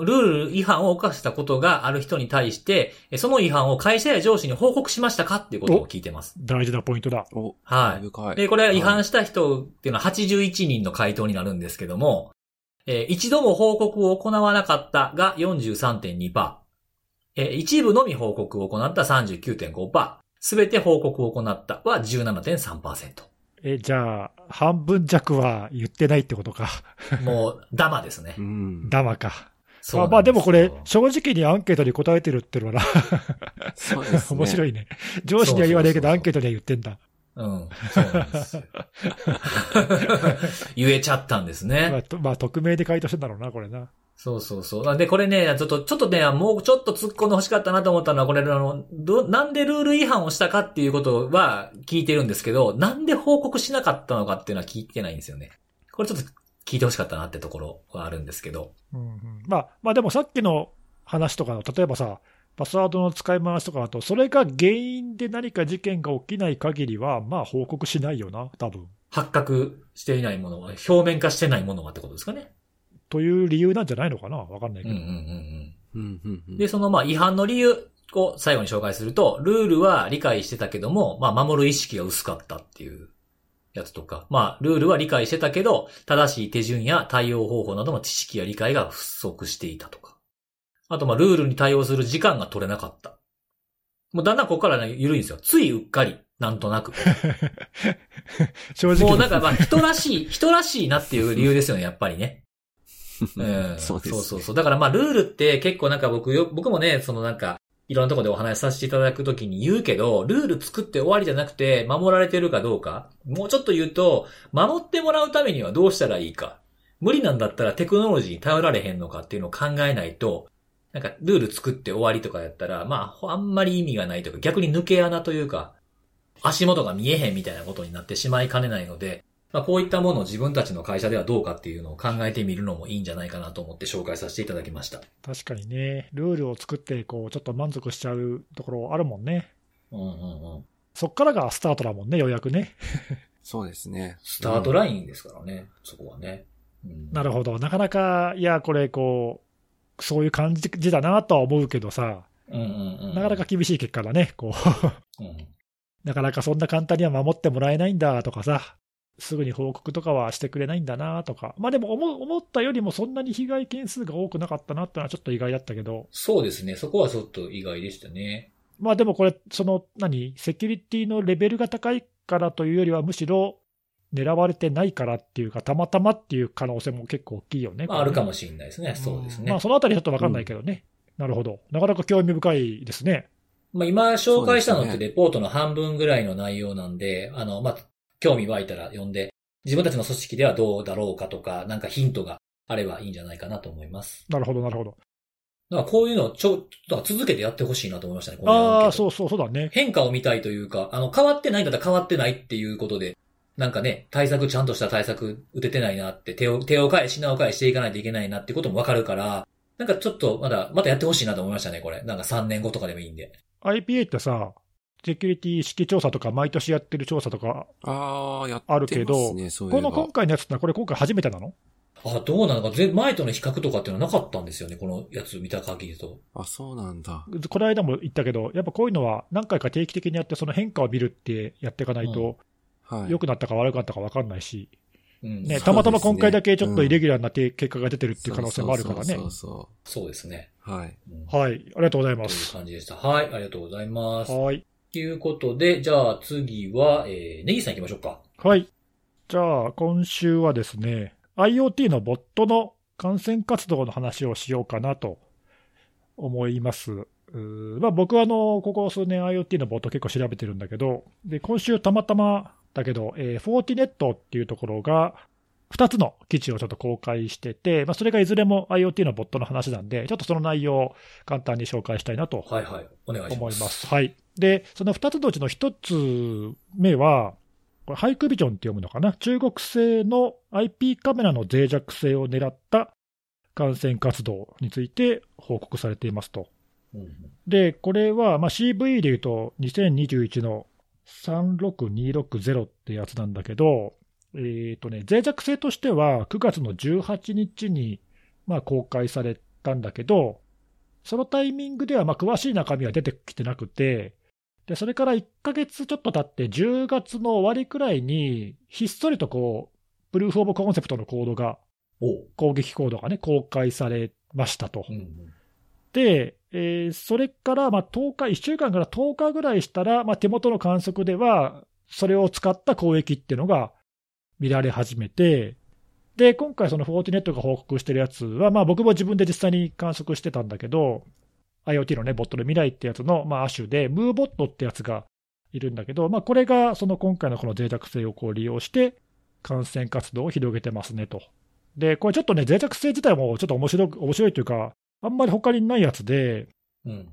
B: ルール違反を犯したことがある人に対して、えその違反を会社や上司に報告しましたかっていうことを聞いてます。
A: 大事なポイントだ。
C: お、
B: はい
C: 深い。
B: で、これは違反した人っていうのは81人の回答になるんですけども、えー一度も報告を行わなかったが43.2%、えー一部のみ報告を行った39.5%、すべて報告を行ったは17.3%。
A: え、じゃあ、半分弱は言ってないってことか。
B: もう、ダマですね
C: う。ん。
A: ダマか。
B: そうなん
A: あ
B: すよ
A: まあでもこれ、正直にアンケートに答えてるっていうのはな、
C: そうですね。
A: 面白いね。上司には言わねえけど、アンケートには言ってんだ。
B: うん。そうなんですよ。言えちゃったんです
A: ま
B: ね
A: あ。と、まあ、匿名で回答してんだろうな、これな。
B: そうそうそう。で、これね、ちょっと、ちょっとね、もうちょっと突っ込んで欲しかったなと思ったのは、これ、あの、ど、なんでルール違反をしたかっていうことは聞いてるんですけど、なんで報告しなかったのかっていうのは聞いてないんですよね。これちょっと聞いて欲しかったなってところはあるんですけど。
A: うんうん、まあ、まあでもさっきの話とかの、例えばさ、パスワードの使い回しとかだと、それが原因で何か事件が起きない限りは、まあ報告しないよな、多分
B: 発覚していないものは、表面化してないものはってことですかね。
A: という理由なんじゃないのかな、わかんない
B: うん
A: け
B: うん
A: ど。
B: うんうん。
C: うんうんうん。
B: で、そのまあ違反の理由を最後に紹介すると、ルールは理解してたけども、まあ守る意識が薄かったっていうやつとか、まあルールは理解してたけど、正しい手順や対応方法などの知識や理解が不足していたとか。あとまあルールに対応する時間が取れなかった。もうだんだんここからね、緩いんですよ。ついうっかり、なんとなく。
A: 正直
B: もうなんかまあ人らしい、人らしいなっていう理由ですよね、やっぱりね。うん
C: そうですね
B: そうそうそう。だからまあルールって結構なんか僕よ、僕もね、そのなんか、いろんなところでお話しさせていただくときに言うけど、ルール作って終わりじゃなくて、守られてるかどうか。もうちょっと言うと、守ってもらうためにはどうしたらいいか。無理なんだったらテクノロジーに頼られへんのかっていうのを考えないと、なんかルール作って終わりとかやったら、まあ、あんまり意味がないというか、逆に抜け穴というか、足元が見えへんみたいなことになってしまいかねないので、まあ、こういったものを自分たちの会社ではどうかっていうのを考えてみるのもいいんじゃないかなと思って紹介させていただきました。
A: 確かにね、ルールを作って、こう、ちょっと満足しちゃうところあるもんね。
B: うんうんうん。
A: そっからがスタートだもんね、ようやくね。
C: そうですね。
B: スタートラインですからね、そこはね。うん
A: なるほど。なかなか、いや、これ、こう、そういう感じだなとは思うけどさ、
B: うんうんうん。
A: なかなか厳しい結果だね、こう。
B: うん。
A: なかなかそんな簡単には守ってもらえないんだとかさ、すぐに報告とかはしてくれないんだなとか、まあでも思う思ったよりもそんなに被害件数が多くなかったなってのはちょっと意外だったけど、
B: そうですね。そこはちょっと意外でしたね。
A: まあでもこれ、その何、セキュリティのレベルが高いからというよりは、むしろ狙われてないからっていうか、たまたまっていう可能性も結構大きいよね。
B: まあ、あるか
A: も
B: もしれないですね。そうですね。
A: まあそのあたりちょっと分かんないけどね、なるほど、なかなか興味深いですね。
B: まあ、今紹介したのっ
C: そ
B: て
C: うですね
B: レポートの半分ぐらいの内容なんで、あの、まあ、興味湧いたら読んで、自分たちの組織ではどうだろうかとか、なんかヒントがあればいいんじゃないかなと思います。
A: なるほど、なるほど。
B: だからこういうのをちょ、だから続けてやってほしいなと思いましたね、このアンケ
A: あ
B: ー
A: あ、
B: ト
A: そうそう、そうだね。
B: 変化を見たいというか、あの、変わってないんだったら変わってないっていうことで、なんかね、対策、ちゃんとした対策打ててないなって、手を、手を変え、品を変えしていかないといけないなってこともわかるから、なんかちょっとまだ、またやってほしいなと思いましたね、これ。なんか3年後とかでもいいんで。
A: IPA ってさ、セキュリティ意識調査とか、毎年やってる調査とか、
C: ああ、やって
A: あ
C: ま
A: る
C: す
A: け
C: ね、
A: ど
C: そうい
A: こ
C: う
A: の
C: の
A: 今回のやつってのは、これ今回初めてなの
B: あ、どうなのか、ぜ前との比較とかっていうのはなかったんですよね、このやつ見た限りと。
C: あ、そうなんだ。
A: この間も言ったけど、やっぱこういうのは何回か定期的にやって、その変化を見るってやっていかないと、
C: はい。
A: 良くなったか悪くなったか分かんないし、
B: うん。
A: ね、
C: そう
A: たまたま
C: ですね
A: 今回だけちょっとイレギュラーなて結果が出てるっていう可能性もあるからね
C: そう。そうそう
B: そうですね。
C: そうはい。
B: うん
A: はい、ありがとうござい
B: とい
A: ま
B: う
A: す。
B: 感じでした。はい、ありがとうございます。と
A: はい。
B: いうことで、じゃあ次は、えー、ネギさん行きましょうか。
A: はい。じゃあ、今週はですね、IoT のボットの感染活動の話をしようかなと思います。うーまあ、僕はあの、ここ数年 IoT のボット結構調べてるんだけど、で、今週たまたまだけど、えー、フォーティネットっていうところが、2つの記事をちょっと公開してて、まあ、それがいずれも IoT のボットの話なんで、ちょっとその内容を簡単に紹介したいなと
B: はいはい、お願いし
A: 思
B: ま
A: い
B: す。
A: ます。はい。で、その2つのうちの1つ目は、これハイクビジョンって読むのかな中国製の IP カメラの脆弱性を狙った感染活動について報告されていますと。
B: うん
A: で、これは、まあ、CV でいうと2021の36260ってやつなんだけど、えっ、とね、脆弱性としては9月の18日に、まあ、公開されたんだけど、そのタイミングでは、まあ、詳しい中身は出てきてなくて、で、それから1ヶ月ちょっと経って、10月の終わりくらいに、ひっそりとこう、プルーフ・オブ・コンセプトのコードが、
B: おう
A: 攻撃コードがね、公開されましたと。
B: うんうん
A: で、えーそれからまあ10日、1週間から10日ぐらいしたら、まあ、手元の観測では、それを使った攻撃っていうのが見られ始めて、で、今回、そのフォーティネットが報告してるやつは、まあ、僕も自分で実際に観測してたんだけど、IoT のね、ボットで未来ってやつの、まあ、亜種で、ムーボットってやつがいるんだけど、まあ、これがその今回のこの脆弱性をこう利用して、感染活動を広げてますねと。で、これちょっとね、脆弱性自体もちょっと面白く面白いというか、あんまり他にないやつで、
B: うん。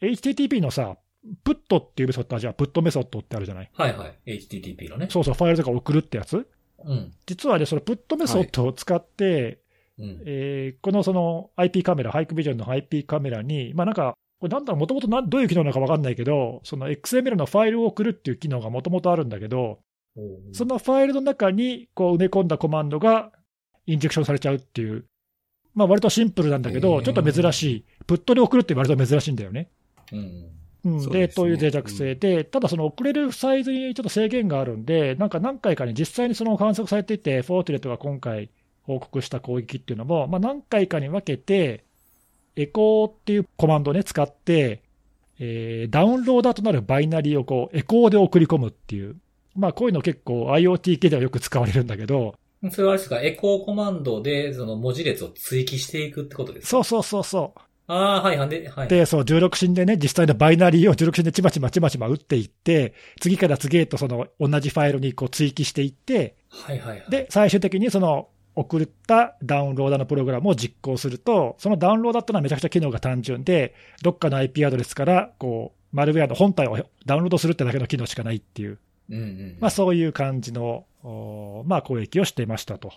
A: HTTP のさ、プットっていうメソッドあるじゃん、プットメソッドってあるじゃない。
B: はいはい。HTTP のね。
A: そうそう、ファイルとか送るってやつ。
B: うん。
A: 実はね、そのプットメソッドを使って、
B: うん。
A: えーこのその IP カメラ、ハイクビジョンの IP カメラに、まあなんか、これなんだろう、もともとなんどういう機能なのか分かんないけど、その XML のファイルを送るっていう機能がもともとあるんだけど、
B: おう
A: そのファイルの中にこう埋め込んだコマンドがインジェクションされちゃうっていう、まあ割とシンプルなんだけ
C: へ
A: ど、
C: ー
A: ちょっと珍しい、プットで送るって割と珍しいんだよね。
B: うん。
A: うん、
C: そう
A: で
C: ですね
A: という脆弱性で、ただその送れるサイズにちょっと制限があるんで、なんか何回かに実際にその観測されていて、フォーティレットが今回報告した攻撃っていうのも、まあ、何回かに分けて、エコーっていうコマンドをね、使って、えーダウンローダーとなるバイナリーをこうエコーで送り込むっていう、まあ、こういうの結構 IoT 系ではよく使われるんだけど、
B: うん。それはあれですか、エコーコマンドで、その文字列を追記していくってことですか
A: そうそうそうそう、
B: ああ、はいはい。で、はい。
A: で、そう、16進でね、実際のバイナリーを16進でちまちまちまちま打っていって、次から次へとその同じファイルにこう追記していって、
B: はいはいはい。
A: で、、最終的にその送ったダウンローダーのプログラムを実行すると、そのダウンローダーってのはめちゃくちゃ機能が単純で、どっかの IP アドレスから、こう、マルウェアの本体をダウンロードするってだけの機能しかないっていう、
B: うんうん。
A: まあそういう感じの、おーまあ攻撃をしてましたと。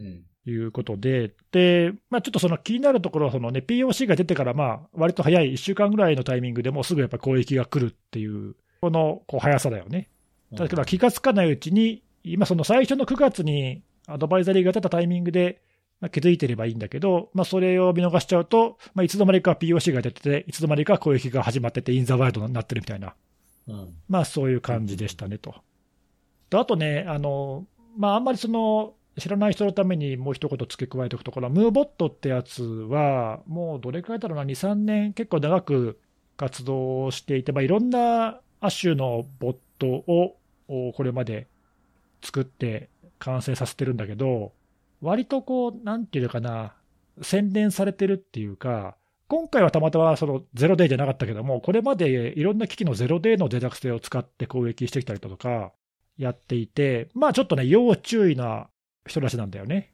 B: うん。
A: いうことで、で、まあ、ちょっとその気になるところはその、ね、POC が出てから、まあ、割と早い1週間ぐらいのタイミングでもうすぐやっぱ攻撃が来るっていう、このこう速さだよね。だけど気がつかないうちに、今、その最初の9月にアドバイザリーが出たタイミングで、まあ、気づいてればいいんだけど、まあ、それを見逃しちゃうと、まあ、いつの間にか POC が出てて、いつの間にか攻撃が始まってて、インザワイルドになってるみたいな
B: うん。
A: まあそういう感じでしたねと。であとね、あの、まあ、あんまりその、知らない人のためにもう一言付け加えておくところ、ムーボットってやつは、もうどれくらいだろうな、2、3年、結構長く活動していて、まあ、いろんなアシュのボットをおこれまで作って完成させてるんだけど、割とこう、なんていうのかな、洗練されてるっていうか、今回はたまたまそのゼロデーじゃなかったけども、これまでいろんな機器のゼロデーの脆弱性を使って攻撃してきたりだとか、やっていて、まあちょっとね、要注意な人たちなんだよね。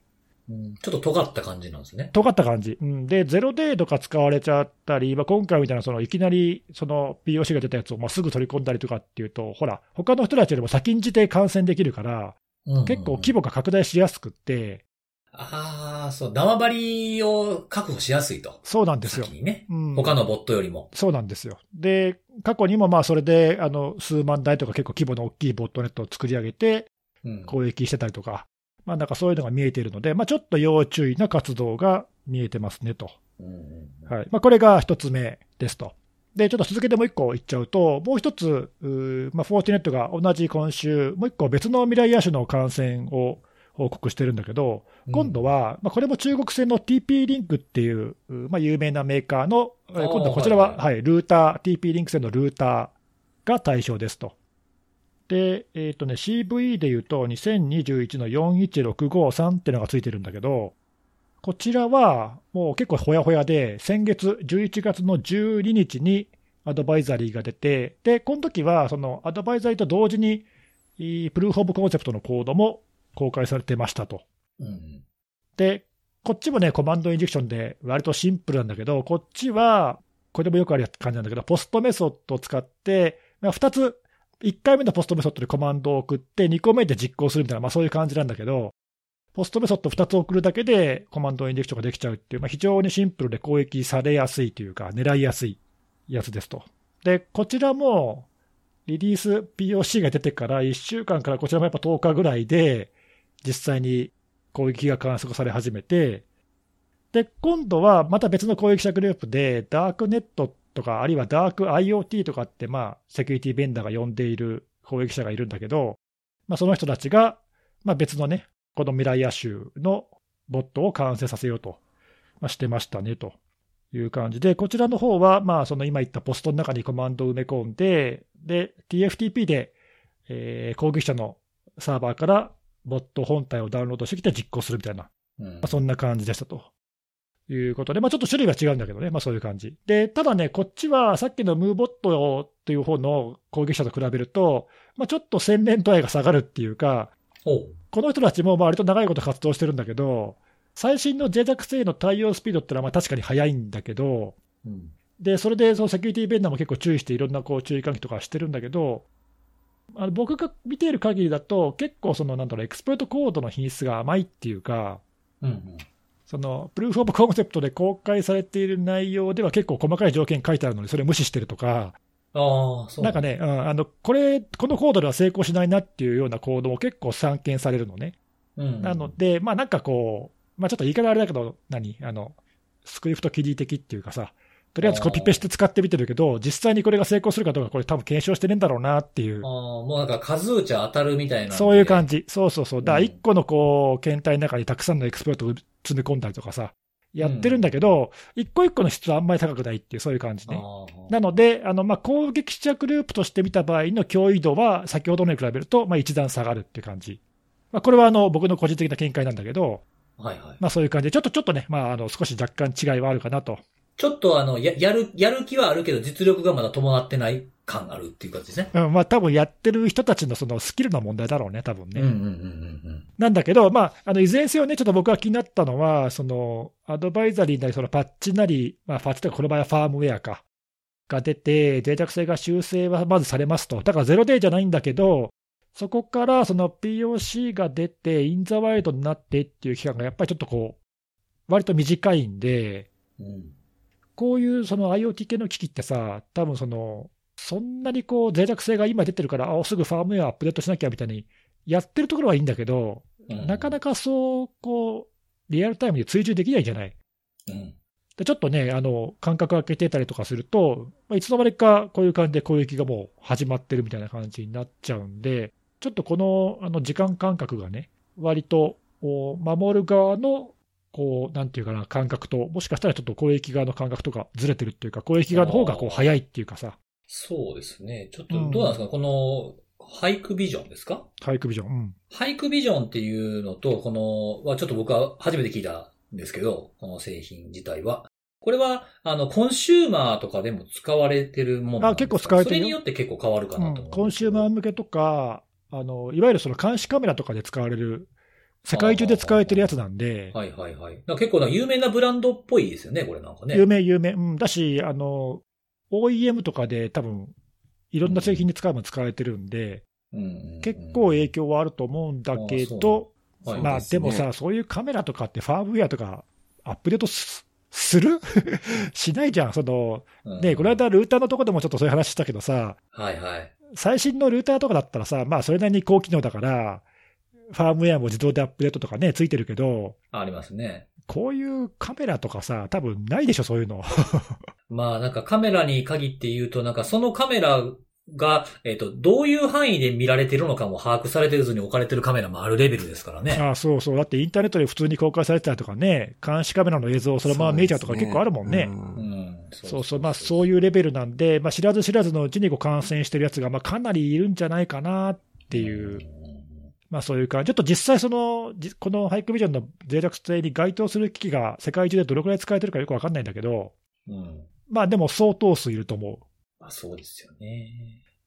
B: うんちょっと尖った感じなんですね。
A: 尖った感じ。うん、で、ゼロデーとか使われちゃったり、まあ、今回みたいな、そのいきなりその POC が出たやつをまあすぐ取り込んだりとかっていうと、ほら、他の人たちよりも先んじて感染できるから、結構規
B: 模。
A: 模が拡大しやすくって、
B: ああ、そう、縄張りを確保しやすいと。
A: そうなんですよ
B: 先。にね。
A: うん、
B: 他のボットよりも。
A: そうなんですよ。で、過去にもまあそれであの数万台とか結構規模の大きいボットネットを作り上げて、
B: うん
A: 攻撃してたりとか、まあなんかそういうのが見えているので、まあちょっと要注意な活動が見えてますねと。
B: うんうん
A: はいまあ、これが一つ目ですと。で、ちょっと続けてもう一個いっちゃうと、もう一つ、うーまあ、フォーティネットが同じ今週、もう一個別の未来野手の感染を報告してるんだけど、今度は、まあ、これも中国製の TP リンクっていう、うーまあ、有名なメーカーの、え
B: あー
A: ー今度こちらは、
B: は
A: はいルーター、TP リンク製のルーターが対象ですと。で、えっ、とね、CVE でいうと、2021の41653っていうのがついてるんだけど、こちらはもう結構ほやほやで、先月11月の12日にアドバイザリーが出て、で、この時はそのアドバイザリーと同時に、いいプルーフ・オブ・コンセプトのコードも公開されてましたと。
B: うんうん
A: で、こっちもね、コマンドインジェクションで割とシンプルなんだけど、こっちは、これもよくある感じなんだけど、ポストメソッドを使って、まあ、2つ、1回目のポストメソッドでコマンドを送って、2個目で実行するみたいな、まあ、そういう感じなんだけど、ポストメソッド2つ送るだけでコマンドインジェクションができちゃうっていう、まあ、非常にシンプルで攻撃されやすいというか、狙いやすいやつですと。で、こちらも、リリース POC が出てから1週間からこちらもやっぱ10日ぐらいで、実際に攻撃が観測され始めて、で、今度はまた別の攻撃者グループで、ダークネットとか、あるいはダーク IoT とかって、まあ、セキュリティベンダーが呼んでいる攻撃者がいるんだけど、まあ、その人たちが、まあ、別のね、この未来野手のボットを完成させようと、まあ、してましたね、という感じで、こちらの方は、まあ、その今言ったポストの中にコマンドを埋め込んで、で、TFTP で、えー攻撃者のサーバーからボット本体をダウンロードしてきて実行するみたいな、
B: うん
A: まあ、そんな感じでしたと。いうことで、まあ、ちょっと種類は違うんだけどね、まあ、そういう感じ。で、ただね、こっちはさっきのムーボットという方の攻撃者と比べると、まあ、ちょっと洗練度合いが下がるっていうか、
B: おう
A: この人たちもまあ割と長いこと活動してるんだけど、最新の脆弱性への対応スピードってのはまあ確かに速いんだけど、
B: うん
A: で、それでそのセキュリティベンダーも結構注意して、いろんなこう注意喚起とかしてるんだけど、あの僕が見ている限りだと、結構その、なんだろう、エクスプロイトコードの品質が甘いっていうか、
B: うんうん
A: そのプルーフ・オブ・コンセプトで公開されている内容では結構細かい条件書いてあるのに、それを無視してるとか、
B: ああ、そう。
A: なんか。ね、うんあのこれ、このコードでは成功しないなっていうようなコードも結構散見されるのね。
B: うん。
A: なので、まあなんかこう、まあちょっと言い方あれだけど、何あの、スクリプトキリ的っていうかさ、とりあえずコピペして使ってみてるけど、実際にこれが成功するかどうか、これ多分検証してねえんだろうなっていう
B: ああ、、もうなんか数打ちゃ当たるみたいな。
A: そういう感
B: じ。
A: じ。そうそうそう。だから
B: うん
A: 一個のこう、検体の中にたくさんのエクスプロイトを詰め込んだりとかさ、やってるんだけど、一個一個の質はあんまり高くないっていう、そういう感じ
B: あ
A: ね。
B: あ。
A: なので、あの、まあ、攻撃者グループとして見た場合の脅威度は、先ほどのに比べると、まあ、一段下がるっていう感じ。まあ、これはあの、僕の個人的な見解なんだけど、
B: はいはい。
A: まあそういう感じで、ちょっとちょっとね、まあ、あの少し若干違いはあるかなと。
B: ちょっとあの、や、やる、やる気はあるけど、実力がまだ伴ってない感あるっていう感じですね。
A: うん、まあ多分やってる人たちのそのスキルの問題だろうね、多分ね。
B: うんうんうんうんうん。
A: なんだけど、まあ、あのいずれにせよね、ちょっと僕が気になったのは、そのアドバイザリーなり、そのパッチなり、まあ、パッチというか、この場合はファームウェアか、が出て、脆弱性が修正はまずされますと。だからゼロデーじゃないんだけど、そこからその POC が出て、インザワイルドになってっていう期間がやっぱりちょっとこう、割と短いんで、
B: うん。
A: こういうその IoT 系の機器ってさ、多分その、そんなにこう脆弱性が今出てるから、あすぐファームウェアアップデートしなきゃみたいに、やってるところはいいんだけど、
B: うん
A: なかなかそう、こう、リアルタイムに追従できないじゃない。
B: うん。
A: でちょっとね、あの、間隔が空けてたりとかすると、まあいつの間にかこういう感じで攻撃がもう始まってるみたいな感じになっちゃうんで、ちょっとこのあの時間感覚がね、割とお守る側の、こう、なんていうかな、感覚と、もしかしたらちょっと攻撃側の感覚とかずれてるっていうか、攻撃側の方がこう
B: あー
A: 早いっていうかさ、
B: そうですね。ちょっと
A: うん
B: どうなんですか、この、俳句ビジョンですか
A: 体育ビジョン。うん
B: 俳句ビジョンっていうのと、この、はちょっと僕は初めて聞いたんですけど、この製品自体は。これは、あの、コンシューマーとかでも使われてるものなんですか
A: あ結構使われてるよ
B: それによって結構変わるかなと思う、
A: うんコンシューマー向けとか、あのいわゆるその監視カメラとかで使われる、世界中で使われてるやつなんで、
B: はいはいはい。だから結構な有名なブランドっぽいですよね、これなんかね。
A: 有名、有名、うん、だしあの、OEM とかで多分いろんな製品に使うも使われてるんで、
B: うんうんうん
A: 結構影響はあると思うんだけど、
B: はい
A: まあ
C: そうですね
A: でもさ、そういうカメラとかって、ファームウェアとか、アップデートすする しないじゃん、その
B: うん
A: ね、この間、ルーターのとこでもちょっとそういう話したけどさ、
B: はいはい。
A: 最新のルーターとかだったらさ、まあ、それなりに高機能だから、ファームウェアも自動でアップデートとかね、ついてるけど、
B: ありますね。
A: こういうカメラとかさ、多分ないでしょ、そういうの。
B: まあなんかカメラに限って言うと、なんかそのカメラが、えっ、と、どういう範囲で見られてるのかも把握されてずに置かれてるカメラもあるレベルですからね。
A: ああそうそう、だってインターネットで普通に公開されてたりとかね、監視カメラの映像をそのまま見えちゃうとか結構あるもんね。
C: そうです
B: う
C: うん
B: ん。
A: そうそう、まあそういうレベルなんで、まあ、知らず知らずのうちにこう感染してるやつが、まあ、かなりいるんじゃないかなっていう
B: う、ん
A: まあそういう感じ、ちょっと実際その、じこのハイクビジョンの脆弱性に該当する機器が世界中でどれくらい使えてるかよくわかんないんだけど、
B: うん。
A: まあでも相当数いると思う。
B: まあそうですよね。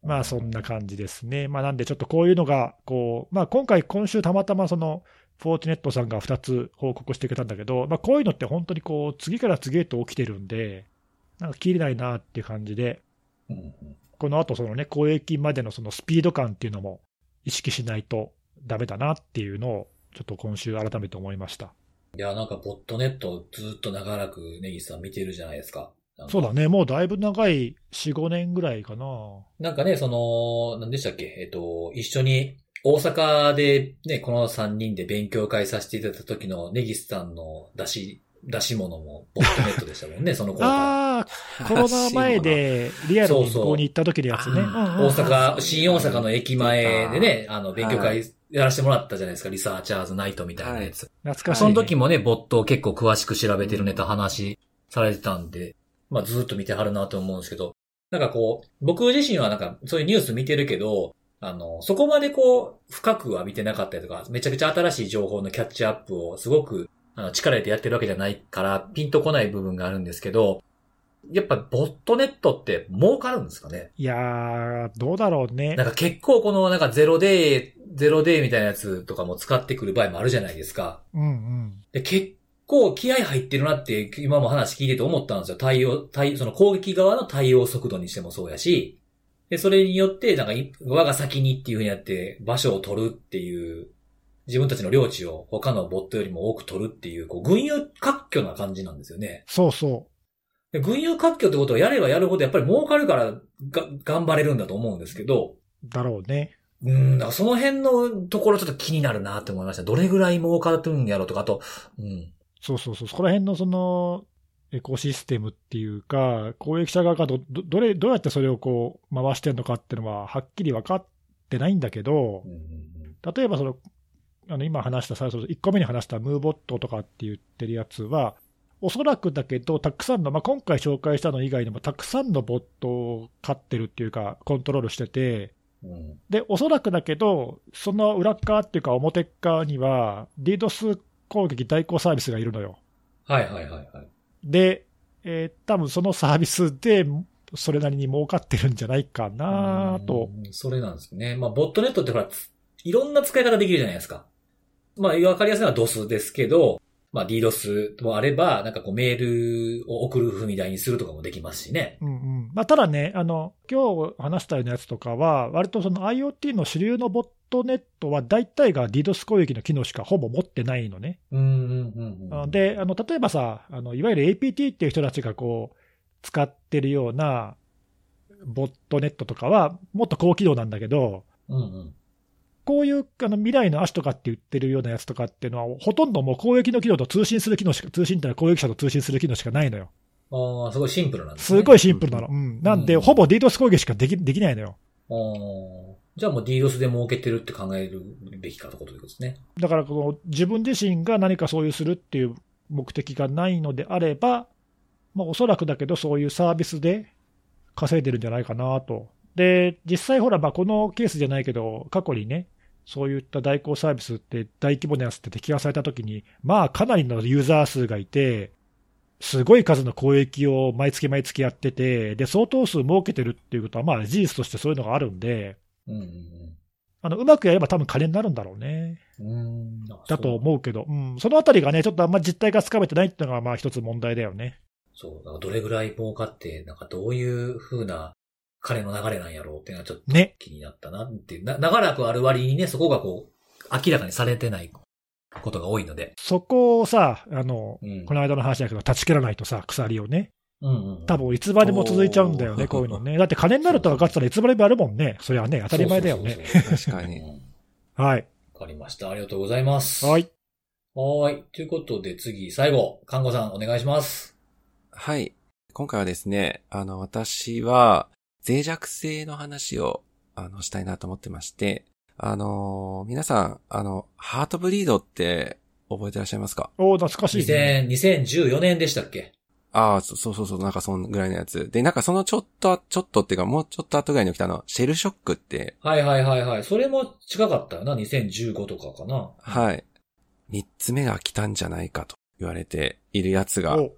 A: まあそんな感じですね。まあなんでちょっとこういうのが、こう、まあ今回今週たまたまその、フォーチュネットさんが2つ報告してくれたんだけど、まあこういうのって本当にこう、次から次へと起きてるんで、なんか切れないなっていう感じで、
B: うんうん
A: この後そのね、攻撃までのそのスピード感っていうのも意識しないとダメだなっていうのを、ちょっと今週改めて思いました。
B: いや、なんかボットネットをずっと長らくネギさん見てるじゃないですか。なんか
A: そうだね、もうだいぶ長い4、5年ぐらいかな。
B: なんかね、その、何でしたっけ、えっと、一緒に大阪でね、この3人で勉強会させていただいた時のネギスさんの出し、出し物もボットネットでしたもん ね、その頃か
A: あ
B: ら。
A: あ、コロナ前でリアルに向こうに行った時のやつね。
B: そうそう
A: うんうんうん
B: 大阪、新大阪の駅前でね、あの、勉強会やらせてもらったじゃないですか、リサーチャーズナイトみたいなやつ。
A: 懐かしい、
B: そ
A: ね。
B: の時もね、ボットを結構詳しく調べてるネタ話されてたんで、まあずっと見てはるなと思うんですけど、なんかこう、僕自身はなんかそういうニュース見てるけど、あの、そこまでこう、深くは見てなかったりとか、めちゃくちゃ新しい情報のキャッチアップをすごく、あの、力入れてやってるわけじゃないから、ピンとこない部分があるんですけど、やっぱボットネットって儲かるんですかね
A: いやー、どうだろうね
B: なん。か結構このなんかゼロデー、ゼロデーみたいなやつとかも使ってくる場合もあるじゃないですか。
A: うんうん。
B: で、結構気合入ってるなって今も話聞いてて思ったんですよ。対応、対、その攻撃側の対応速度にしてもそうやし、で、それによって、なんかい、我が先にっていうふうにやって場所を取るっていう、自分たちの領地を他のボットよりも多く取るっていう、こう、軍用割拠な感じなんですよね。
A: そうそ
B: で軍用割拠ってことをやればやるほどやっぱり儲かるからが、頑張れるんだと思うんですけど、
A: う。だろうね。
B: うん、だからその辺のところちょっと気になるなって思いました。どれぐらい儲かってるんやろうとか、あと、うん、
A: そうそうそう。そこら辺のその、エコシステムっていうか、攻撃者側がど、どどれ、どうやってそれをこう、回してるのかっていうのは、はっきり分かってないんだけど
B: うん、うんうん
A: 例えばその、あの今話した、最初、1個目に話したムーボットとかって言ってるやつは、おそらくだけど、たくさんの、まあ、今回紹介したの以外にも、たくさんのボットを飼ってるっていうか、コントロールしてて、
B: うん
A: で、おそらくだけど、その裏っ側っていうか、表っ側には、リードス攻撃代行サービスがいるのよ。
B: はいはいはいはい。
A: で、えー多分そのサービスで、それなりに儲かってるんじゃないかなと。
B: うん。それなんですね。まあ、ボットネットってほら、ついろんな使い方できるじゃないですか。まあ、わかりやすいのは DOS ですけど、まあ、DDoS もあれば、なんかこうメールを送る踏み台にするとかもできますしね。
A: うんうんまあ、ただね、あの今日話したようなやつとかは、割とその IoT の主流のボットネットは、大体が DDoS 攻撃の機能しかほぼ持ってないのね。
B: うん、うん、うん。
A: で、あの例えばさあの、いわゆる APT っていう人たちがこう使ってるようなボットネットとかは、もっと高機能なんだけど、
B: うん、うん。
A: こういうあの未来の足とかって言ってるようなやつとかっていうのは、ほとんどもう攻撃の機能と通信する機能しか、通信ってのは攻撃者と通信する機能しかないのよ。
B: ああ、すごいシンプルなんです
A: す
B: ね。
A: ごいシンプルなの。うん、なんで、
B: うん
A: ほぼ DDoS 攻撃しかできできないのよ。
B: あーじゃあもう DDoS で儲けてるって考えるべきかということですね。
A: だからこの自分自身が何かそういうするっていう目的がないのであれば、まあ、おそらくだけど、そういうサービスで稼いでるんじゃないかなと。で、実際ほら、まあ、このケースじゃないけど、過去にね、そういった代行サービスって大規模なやつって適用されたときに、まあかなりのユーザー数がいて、すごい数の公益を毎月毎月やってて、で、相当数儲けてるっていうことは、まあ事実としてそういうのがあるんで、
B: うんうん
A: あの、うまくやれば多分金になるんだろうね。
B: うん。うーん。
A: だと
B: う。
A: 思うけど、うん、そのあたりがね、ちょっとあんま実態がつかめてないっていうのが、まあ一つ問題だよね。
B: そう。なんかどれぐらい儲かって、なんかどういう風な彼の流れなんやろうっていうのはちょっと
A: ね。
B: 気になったなっていう。な長らくある割にね、そこがこう、明らかにされてないことが多いので。
A: そこをさ、あの、
B: うん
A: この間の話だけど、断ち切らないとさ、鎖をね。
B: うんうん。
A: 多分いつまでも続いちゃうんだよ
C: お
A: ね、
C: ー
A: こういうのね。だって金になると分かってたらいつまでもやるもんね。それはね、当たり前だよね。
B: そうそうそう
C: 確
B: そう。
C: かに。
B: うん
A: はい。
B: わかりました。ありがとうございます。
A: はい。
B: はーい。ということで次、最後、看護さんお願いします。
C: はい。今回はですね、あの、私は、脆弱性の話を、あの、したいなと思ってまして、あのー皆さん、あの、ハートブリードって覚えてらっしゃいますか
A: おー、懐かしい、ね。
B: 2000 2014年でしたっけ
C: ああ、そそうそうそう、なんかそんぐらいのやつ。で、なんかそのちょっと、ちょっとっていうか、もうちょっと後ぐらいに起きたあの、シェルショックって、
B: はいはいはいはい。それも近かったよな。2015とかかな。
C: はい。三つ目が来たんじゃないかと言われているやつが
A: お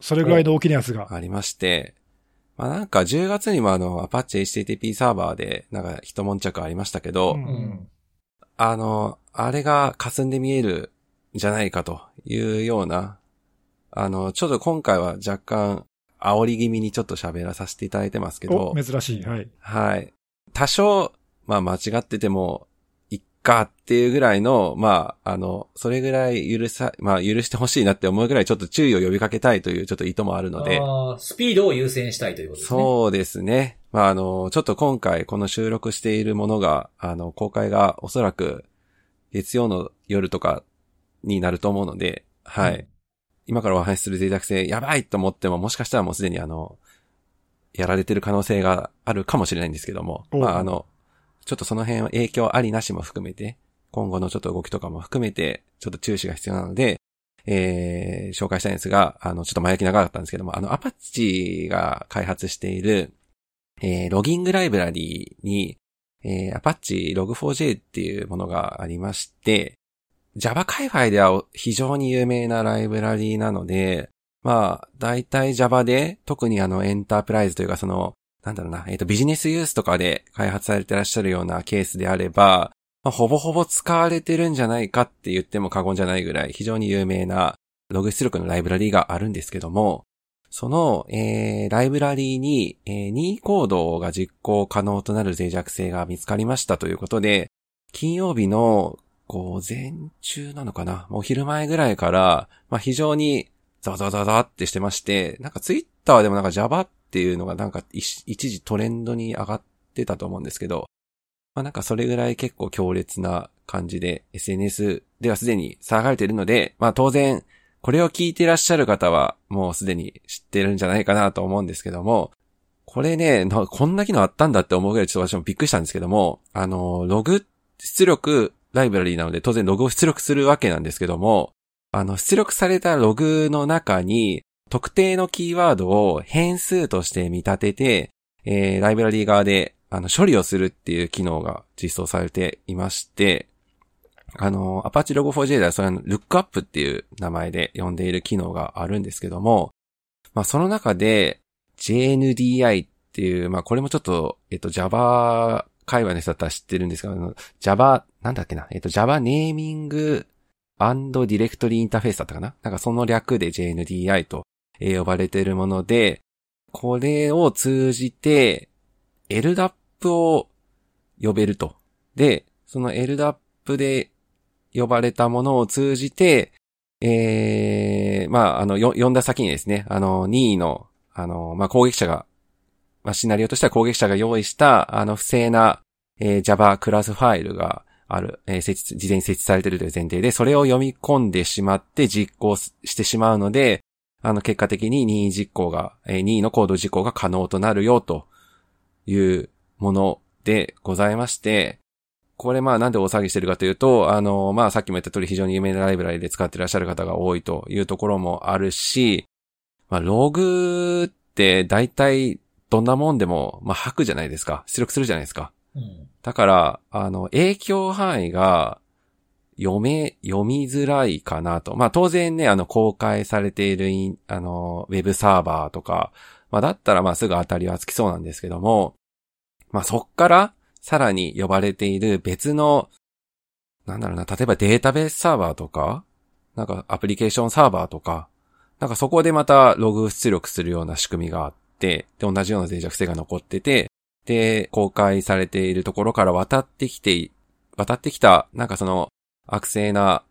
A: それぐらいの大きなやつが。
C: ありまして、まあなんか10月にもあの、アパッチ HTTP サーバーで、なんか一悶着ありましたけど、
A: うん
B: うん
C: あの、あれが霞んで見えるんじゃないかというような、あの、ちょっと今回は若干煽り気味にちょっと喋らさせていただいてますけど
A: お、珍しい。はい。
C: はい。多少、まあ間違ってても、いっかっていうぐらいの、まあ、あの、それぐらい許さ、まあ許してほしいなって思うぐらいちょっと注意を呼びかけたいというちょっと意図もあるので、
B: あースピードを優先したいということですね。
C: そうですね。まあ、あの、ちょっと今回この収録しているものが、あの、公開がおそらく月曜の夜とかになると思うので、はい。
B: うん
C: 今からお話しする脆弱性、やばいと思っても、もしかしたらもうすでにあの、やられてる可能性があるかもしれないんですけども、
A: おう
C: まあ、あの、ちょっとその辺は影響ありなしも含めて、今後のちょっと動きとかも含めて、ちょっと注視が必要なので、えー、紹介したいんですが、あの、ちょっと前置き長かったんですけども、あの、アパッチが開発している、えー、ロギングライブラリーに、えー、アパッチ Log4j っていうものがありまして、Java 界隈では非常に有名なライブラリーなので、まあ、大体 Java で、特にあの、エンタープライズというかその、なんだろうな、えっ、と、ビジネスユースとかで開発されてらっしゃるようなケースであれば、まあ、ほぼほぼ使われてるんじゃないかって言っても過言じゃないぐらい非常に有名なログ出力のライブラリーがあるんですけども、その、えー、ライブラリーに、えー、任意コードが実行可能となる脆弱性が見つかりましたということで、金曜日の午前中なのかなお昼前ぐらいから、まあ、非常にザワザワザワザワってしてまして、なんかツイッターでもなんか Java っていうのがなんか一一時トレンドに上がってたと思うんですけど、まあ、なんかそれぐらい結構強烈な感じで SNS ではすでに騒がれているので、まあ当然これを聞いていらっしゃる方はもうすでに知ってるんじゃないかなと思うんですけども、これね、なこんな機能あったんだって思うぐらいちょっと私もびっくりしたんですけども、あの、ログ出力ライブラリーなので当然ログを出力するわけなんですけども、あの、出力されたログの中に特定のキーワードを変数として見立てて、えーライブラリー側で、あの、処理をするっていう機能が実装されていまして、あの、Apache Log4j ではそれの Lookup っていう名前で呼んでいる機能があるんですけども、まあ、その中で JNDI っていう、まあ、これもちょっと、えっと、Java 界隈の人だったら知ってるんですけど、あの Java、なんだっけな、えっと、Java ネーミングアンドディレクトリーインターフェースだったかななんかその略で JNDI とえー呼ばれているもので、これを通じて、LDAP を呼べると。で、その LDAP で呼ばれたものを通じて、えー、まあ、あの、よ呼んだ先にですね、あの、任意の、あの、まあ、攻撃者が、まあ、シナリオとしては攻撃者が用意した、あの、不正な、えー Java クラスファイルがある、えー設置事前に設置されているという前提で、それを読み込んでしまって実行すしてしまうので、あの、結果的に任意実行が、えー任意のコード実行が可能となるよというものでございまして、これまあなんで大騒ぎしてるかというと、あの、まあさっきも言った通り非常に有名なライブラリで使ってらっしゃる方が多いというところもあるし、まあログって大体どんなもんでも、まあ吐くじゃないですか。出力するじゃないですか。
B: うん。
C: だから、あの、影響範囲が読め、読みづらいかなと。まあ当然ね、あの、公開されているイン、あの、ウェブサーバーとか、まあだったらまあすぐ当たりはつきそうなんですけども、まあそっからさらに呼ばれている別の、なんだろうな、例えばデータベースサーバーとか、なんかアプリケーションサーバーとか、なんかそこでまたログ出力するような仕組みがあって、で、同じような脆弱性が残ってて、で、公開されているところから渡ってきて、渡ってきた、なんかその、悪性な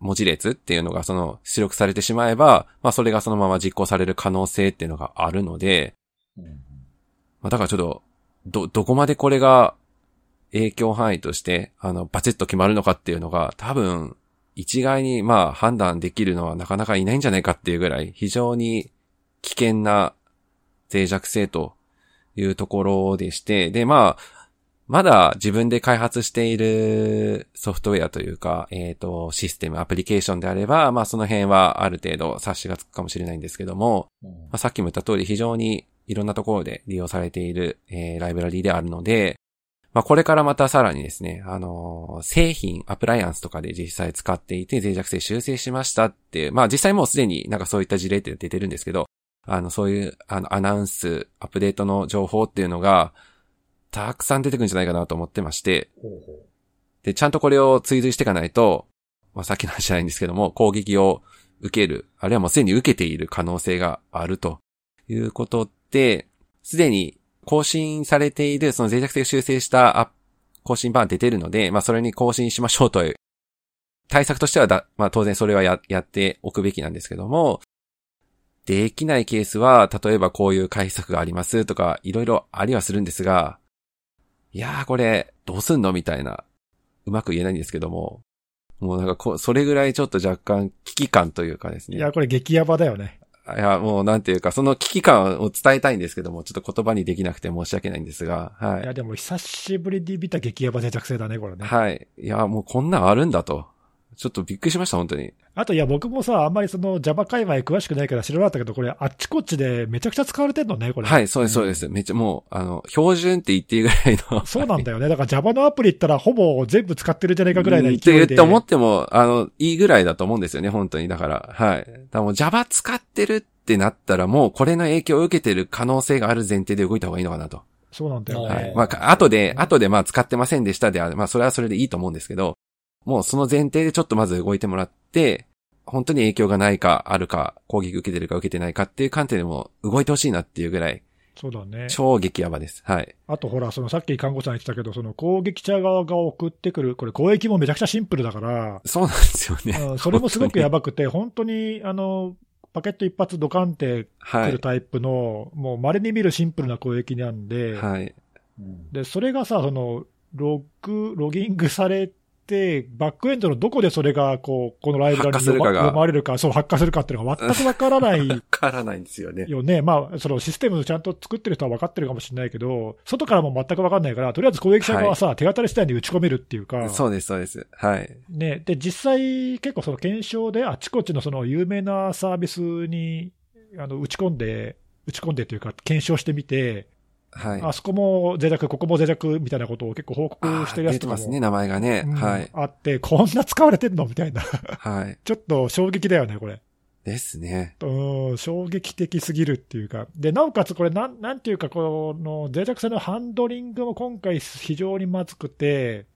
C: 文字列っていうのがその、出力されてしまえば、まあそれがそのまま実行される可能性っていうのがあるので、
B: うん
C: まあだからちょっと、ど、どこまでこれが影響範囲として、あの、バチッと決まるのかっていうのが、多分、一概に、まあ、判断できるのはなかなかいないんじゃないかっていうぐらい、非常に危険な脆弱性というところでして、で、まあ、まだ自分で開発しているソフトウェアというか、えっ、と、システム、アプリケーションであれば、まあ、その辺はある程度察しがつくかもしれないんですけども、
B: うん
C: まあ、さっきも言った通り非常にいろんなところで利用されている、えーライブラリーであるので、まあ、これからまたさらにですね、あのー製品、アプライアンスとかで実際使っていて脆弱性修正しましたっていう、まあ、実際もうすでになんかそういった事例って出てるんですけど、あの、そういう、あの、アナウンス、アップデートの情報っていうのが、たくさん出てくるんじゃないかなと思ってまして、
B: ほうほ
C: で、ちゃんとこれを追随していかないと、まあ、さっきの話じゃないんですけども、攻撃を受ける、あるいはもうすでに受けている可能性があるということで、すでに更新されている、その脆弱性を修正したあ更新版出てるので、まあ、それに更新しましょうという、対策としてはだ、まあ、当然それはや、やっておくべきなんですけども、できないケースは、例えばこういう解策がありますとか、いろいろありはするんですが、いやーこれ、どうすんのみたいなうまく言えないんですけども、もうなんかこう、それぐらいちょっと若干危機感というかですね。
A: いや、これ激ヤバだよね。
C: いや、もうなんていうか、その危機感を伝えたいんですけども、ちょっと言葉にできなくて申し訳ないんですが、はい
A: や、
C: い。
A: でも久しぶりに見た激ヤバ脆弱性だね、これね。
C: はい。いや、もうこんなんあるんだと。ちょっとびっくりしました、本当に。
A: あと、いや、僕もさ、あんまりその Java 界隈詳しくないから知らなかったけど、これ、あっちこっちでめちゃくちゃ使われてんのね、これ。
C: はい、そうです、そうです。めっちゃもう、あの、標準って言っていいぐらいの。
A: そうなんだよね。だから Java のアプリ言ったら、ほぼ全部使ってるんじゃないかぐらいの
C: って
A: 勢
C: 言
A: い
C: っ
A: で。
C: て思っても、あの、いいぐらいだと思うんですよね、本当に。だから、はい。だからもう Java 使ってるってなったら、もうこれの影響を受けてる可能性がある前提で動いた方がいいのかなと。
A: そうなんだよね。
C: は
B: え
C: い。
B: ー
C: まあか、後で、後でまあ使ってませんでしたである。まあそれはそれでいいと思うんですけど、もうその前提でちょっとまず動いてもらって、本当に影響がないか、あるか、攻撃受けてるか受けてないかっていう観点でも動いてほしいなっていうぐらい、
A: そうだね。
C: 超激ヤバです。はい。
A: あとほら、そのさっき看護師さん言ってたけど、その攻撃者側が送ってくる、これ、攻撃もめちゃくちゃシンプルだから、
C: そうなんですよね。
A: うんそれもすごくやばくて、本当に、あの、パケット一発ドカンって
C: は
A: くる
C: い。
A: タイプの、もう稀に見るシンプルな攻撃なんで、
C: はい。
B: ううん
A: で、それがさ、その、ログ、ロギングされて、バックエンドのどこでそれが、こう、このライブラリ
C: 発火
A: に読
C: するか
A: ま
C: が
A: 読まれるか、そう、発火するかっていうのが全くわからない
C: わからないんですよね。
A: よ ね。まあ、そのシステムをちゃんと作ってる人は分かってるかもしれないけど、外からも全く分かんないから、とりあえず攻撃者側はさ、手当たり次第に打ち込めるっていうか、
C: そうです、そうです。はい。
A: ね、で、実際、結構その検証で、あちこちのその有名なサービスにあの打ち込んで、打ち込んでというか、検証してみて、
C: はい。
A: あそこも脆弱、ここも脆弱みたいなことを結構報
C: あ
A: 告してる
C: ー
A: や
C: 出
A: つと
C: て
A: か
C: ます
A: も、
C: ね、名前がね。
A: うん
C: はい。
A: あって、こんな使われてんのみたいな、
C: はい。
A: ちょっと衝撃だよね、これ。
C: ですね。
A: うん、衝撃的すぎるっていうか、でなおかつこれなん、なんていうか、この脆弱性のハンドリングも今回、非常にまずくて、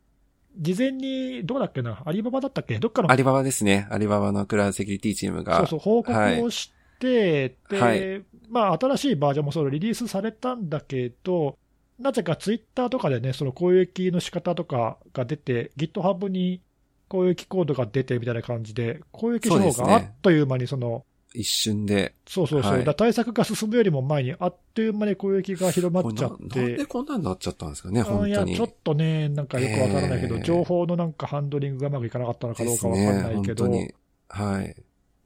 A: 事前に、どうだっけな、アリババだったっけ、どっかの
C: アリババですね。アリババのクラウドセキュリティチームが。
A: そうそう、報告をして、
C: は
A: で、まあ、新しいバージョンもそうリリースされたんだけど、なぜかツイッターとかでね、その攻撃の仕方とかが出て、GitHub に攻撃コードが出てみたいな感じで、攻撃手
C: そう
A: 法
C: ですね
A: があっという間にその、
C: 一瞬で。
A: そうそうそう、
C: はい
A: だから対策が進むよりも前に、あっという間に攻撃が広まっちゃっ
C: これななんで
A: て、
C: こんなんなっちゃったんですかね、
A: あ
C: 本
A: い
C: 当
A: や
C: に。
A: ちょっとね、なんかよくわからないけど、
C: えー
A: 情報のなんかハンドリングがうまくいかなかったのかど
C: で
A: う
C: す
A: かわか
C: ね
A: んないけ
C: 本
A: ど、
C: 当に。はい。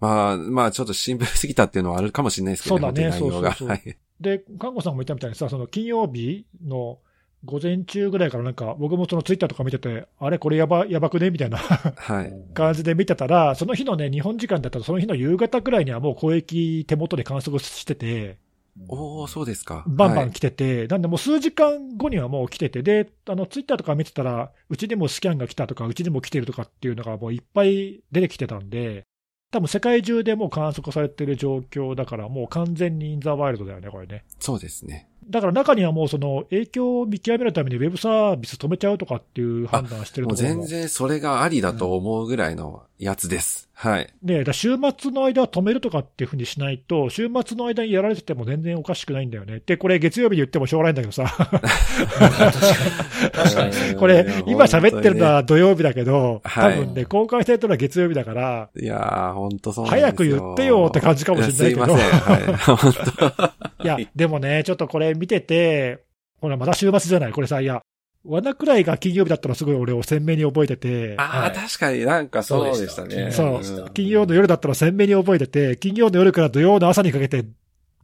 C: まあ、まあ、ちょっとシンプルすぎたっていうのはあるかもしれないですけ
A: そ
C: ど
A: うだね
C: 本当に内容が
A: そうそうそう
C: はい。
A: で、看護さんも言ったみたいにさ、その金曜日の午前中ぐらいからなんか、僕もそのツイッターとか見てて、あれ、これやばやばくねみたいな
C: はい。
A: 感じで見てたら、その日のね、日本時間だったら、その日の夕方ぐらいにはもう交易手元で観測してて、
C: おおそうですか。
A: バンバ
C: は
A: ン
C: い
A: 来てて、なんでもう数時間後にはもう来てて、で、あのツイッターとか見てたら、うちでもスキャンが来たとか、うちでも来てるとかっていうのがもういっぱい出てきてたんで、多分世界中でもう観測されてる状況だから、もう完全にインザワイルドだよね、これね。
C: そうですね。
A: だから中にはもうその影響を見極めるためにウェブサービス止めちゃうとかっていう判断してる
C: も
A: と
C: う
A: ころ
C: 全
A: も。
C: 然それがありだと思うぐらいのやつです。はい。
A: ね、だから週末の間は止めるとかっていうふうにしないと、週末の間にやられてても全然おかしくないんだよね。で、これ月曜日に言ってもしょうがないんだけどさ。
B: 確かに。
C: うん
A: これ、今喋ってるの。
C: いや本
A: は土曜日だけど、多
C: はい
A: 分ね、公開されてるのは月曜日だから、
C: 当にねいやー、ほんとそうなんですよ
A: 早く言ってよって感じかもしれないけど、
C: やすいません。はい。本当
A: いや、でもね、ちょっとこれ見てて、ほら、また週末じゃない、これさ、いや、罠くらいが金曜日だったのすごい俺を鮮明に覚えてて、
C: ああ、
B: はい
C: 確かになんかそうでしたね。
A: そう
B: でした
A: 金曜の夜だったの鮮明に覚えてて、金曜の夜から土曜の朝にかけて、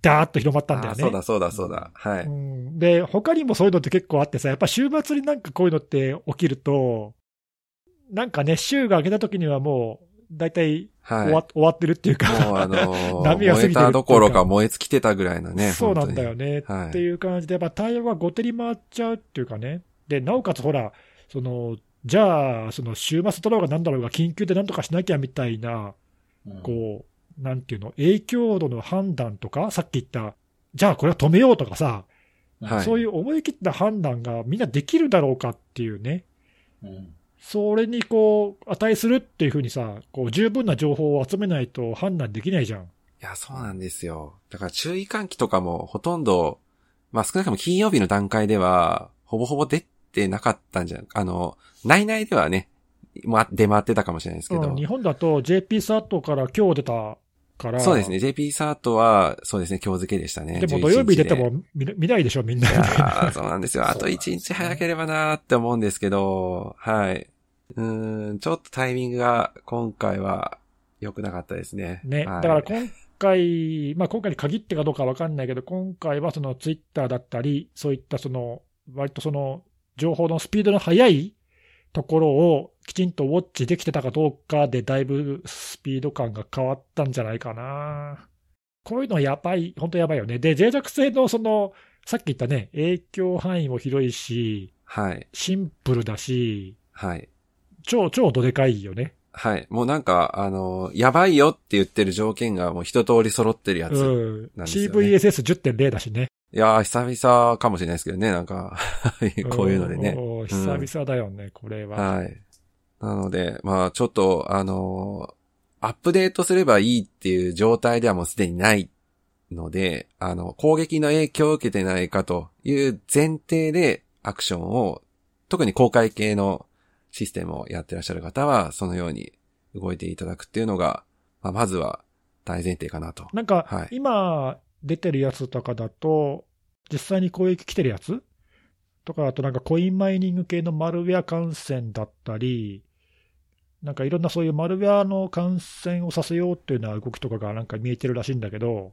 A: ダーッと広まったんだよ
C: ああ
A: ね。
C: そうだそうだそうだ。は
A: う
C: い。
A: ん、で、他にもそういうのって結構あってさ、やっぱ週末になんかこういうのって起きると、なんかね、週が明けた時にはもう、大体
C: はい。
A: 終わ,、終わってるっていう か、
C: もうあのー
A: 波が過ぎてるっていうか
C: 燃えたどころか燃え尽きてたぐらいのね。
A: そうなんだよ
C: ね。
A: ね、
C: はい
A: っていう感じで、まあ、対応が後手に回っちゃうっていうかね、でなおかつほら、そのじゃあ、その週末取ろうがなんだろうが、緊急でなんとかしなきゃみたいな、こう、なんていうの、影響度の判断とか、さっき言った、じゃあこれは止めようとかさ、
C: はい
A: そういう思い切った判断がみんなできるだろうかっていうね、
B: うん。
A: それにこう値するっていうふうにさ、こう十分な情報を集めないと判断できないじゃん。
C: いや、そうなんですよ。だから注意喚起とかもほとんど、まあ少なくとも金曜日の段階では、ほぼほぼ出てなかったんじゃなあの、内々ではね、ま、出回ってたかもしれないですけど。
A: うん日本だと JP サートから今日出たから、
C: そうですね。JP サートは、そうですね、今日付けでしたね。
A: でも
C: 11
A: 土曜日出て
C: 日で。
A: も見見ないでしょ、みんな。
C: いやー そうなんですよ。あ
B: そう
C: と
B: なんです
C: 1
B: ね
C: 日早ければなーって思うんですけど、はい。うーん、ちょっとタイミングが今回は良くなかったですね。
A: ね、
C: はい
A: だから今回、まあ、今回に限ってかどうかわかんないけど、今回はそのツイッターだったり、そういったその割とその情報のスピードの速いところをきちんとウォッチできてたかどうかで、だいぶスピード感が変わったんじゃないかな。こういうのはやばい、本当やばいよね。で、脆弱性のその、さっき言ったね、影響範囲も広いし、
C: はい。
A: シンプルだし、
C: はい。
A: 超、超どでかいよね。
C: はい。もうなんか、あの、やばいよって言ってる条件がもう一通り揃ってるやつ。
A: う
C: い
A: ん。
C: なんですよね
A: CVSS10.0 だしね。
C: やー、久々かもしれないですけどね、なんか、 こういうのでね。
A: おー。久々だよね、これは。
C: はい。なので、まあちょっと、あのーアップデートすればいいっていう状態ではもうすでにないので、あの、攻撃の影響を受けてないかという前提でアクションを、特に公開系のシステムをやってらっしゃる方は、そのように動いていただくっていうのが、まあ、まずは大前提かなと。
A: なんか、
C: はい
A: 今出てるやつとかだと、実際に攻撃来てるやつとかだと、なんかコインマイニング系のマルウェア感染だったり、なんかいろんなそういうマルウェアの感染をさせようっていうような動きとかがなんか見えてるらしいんだけど、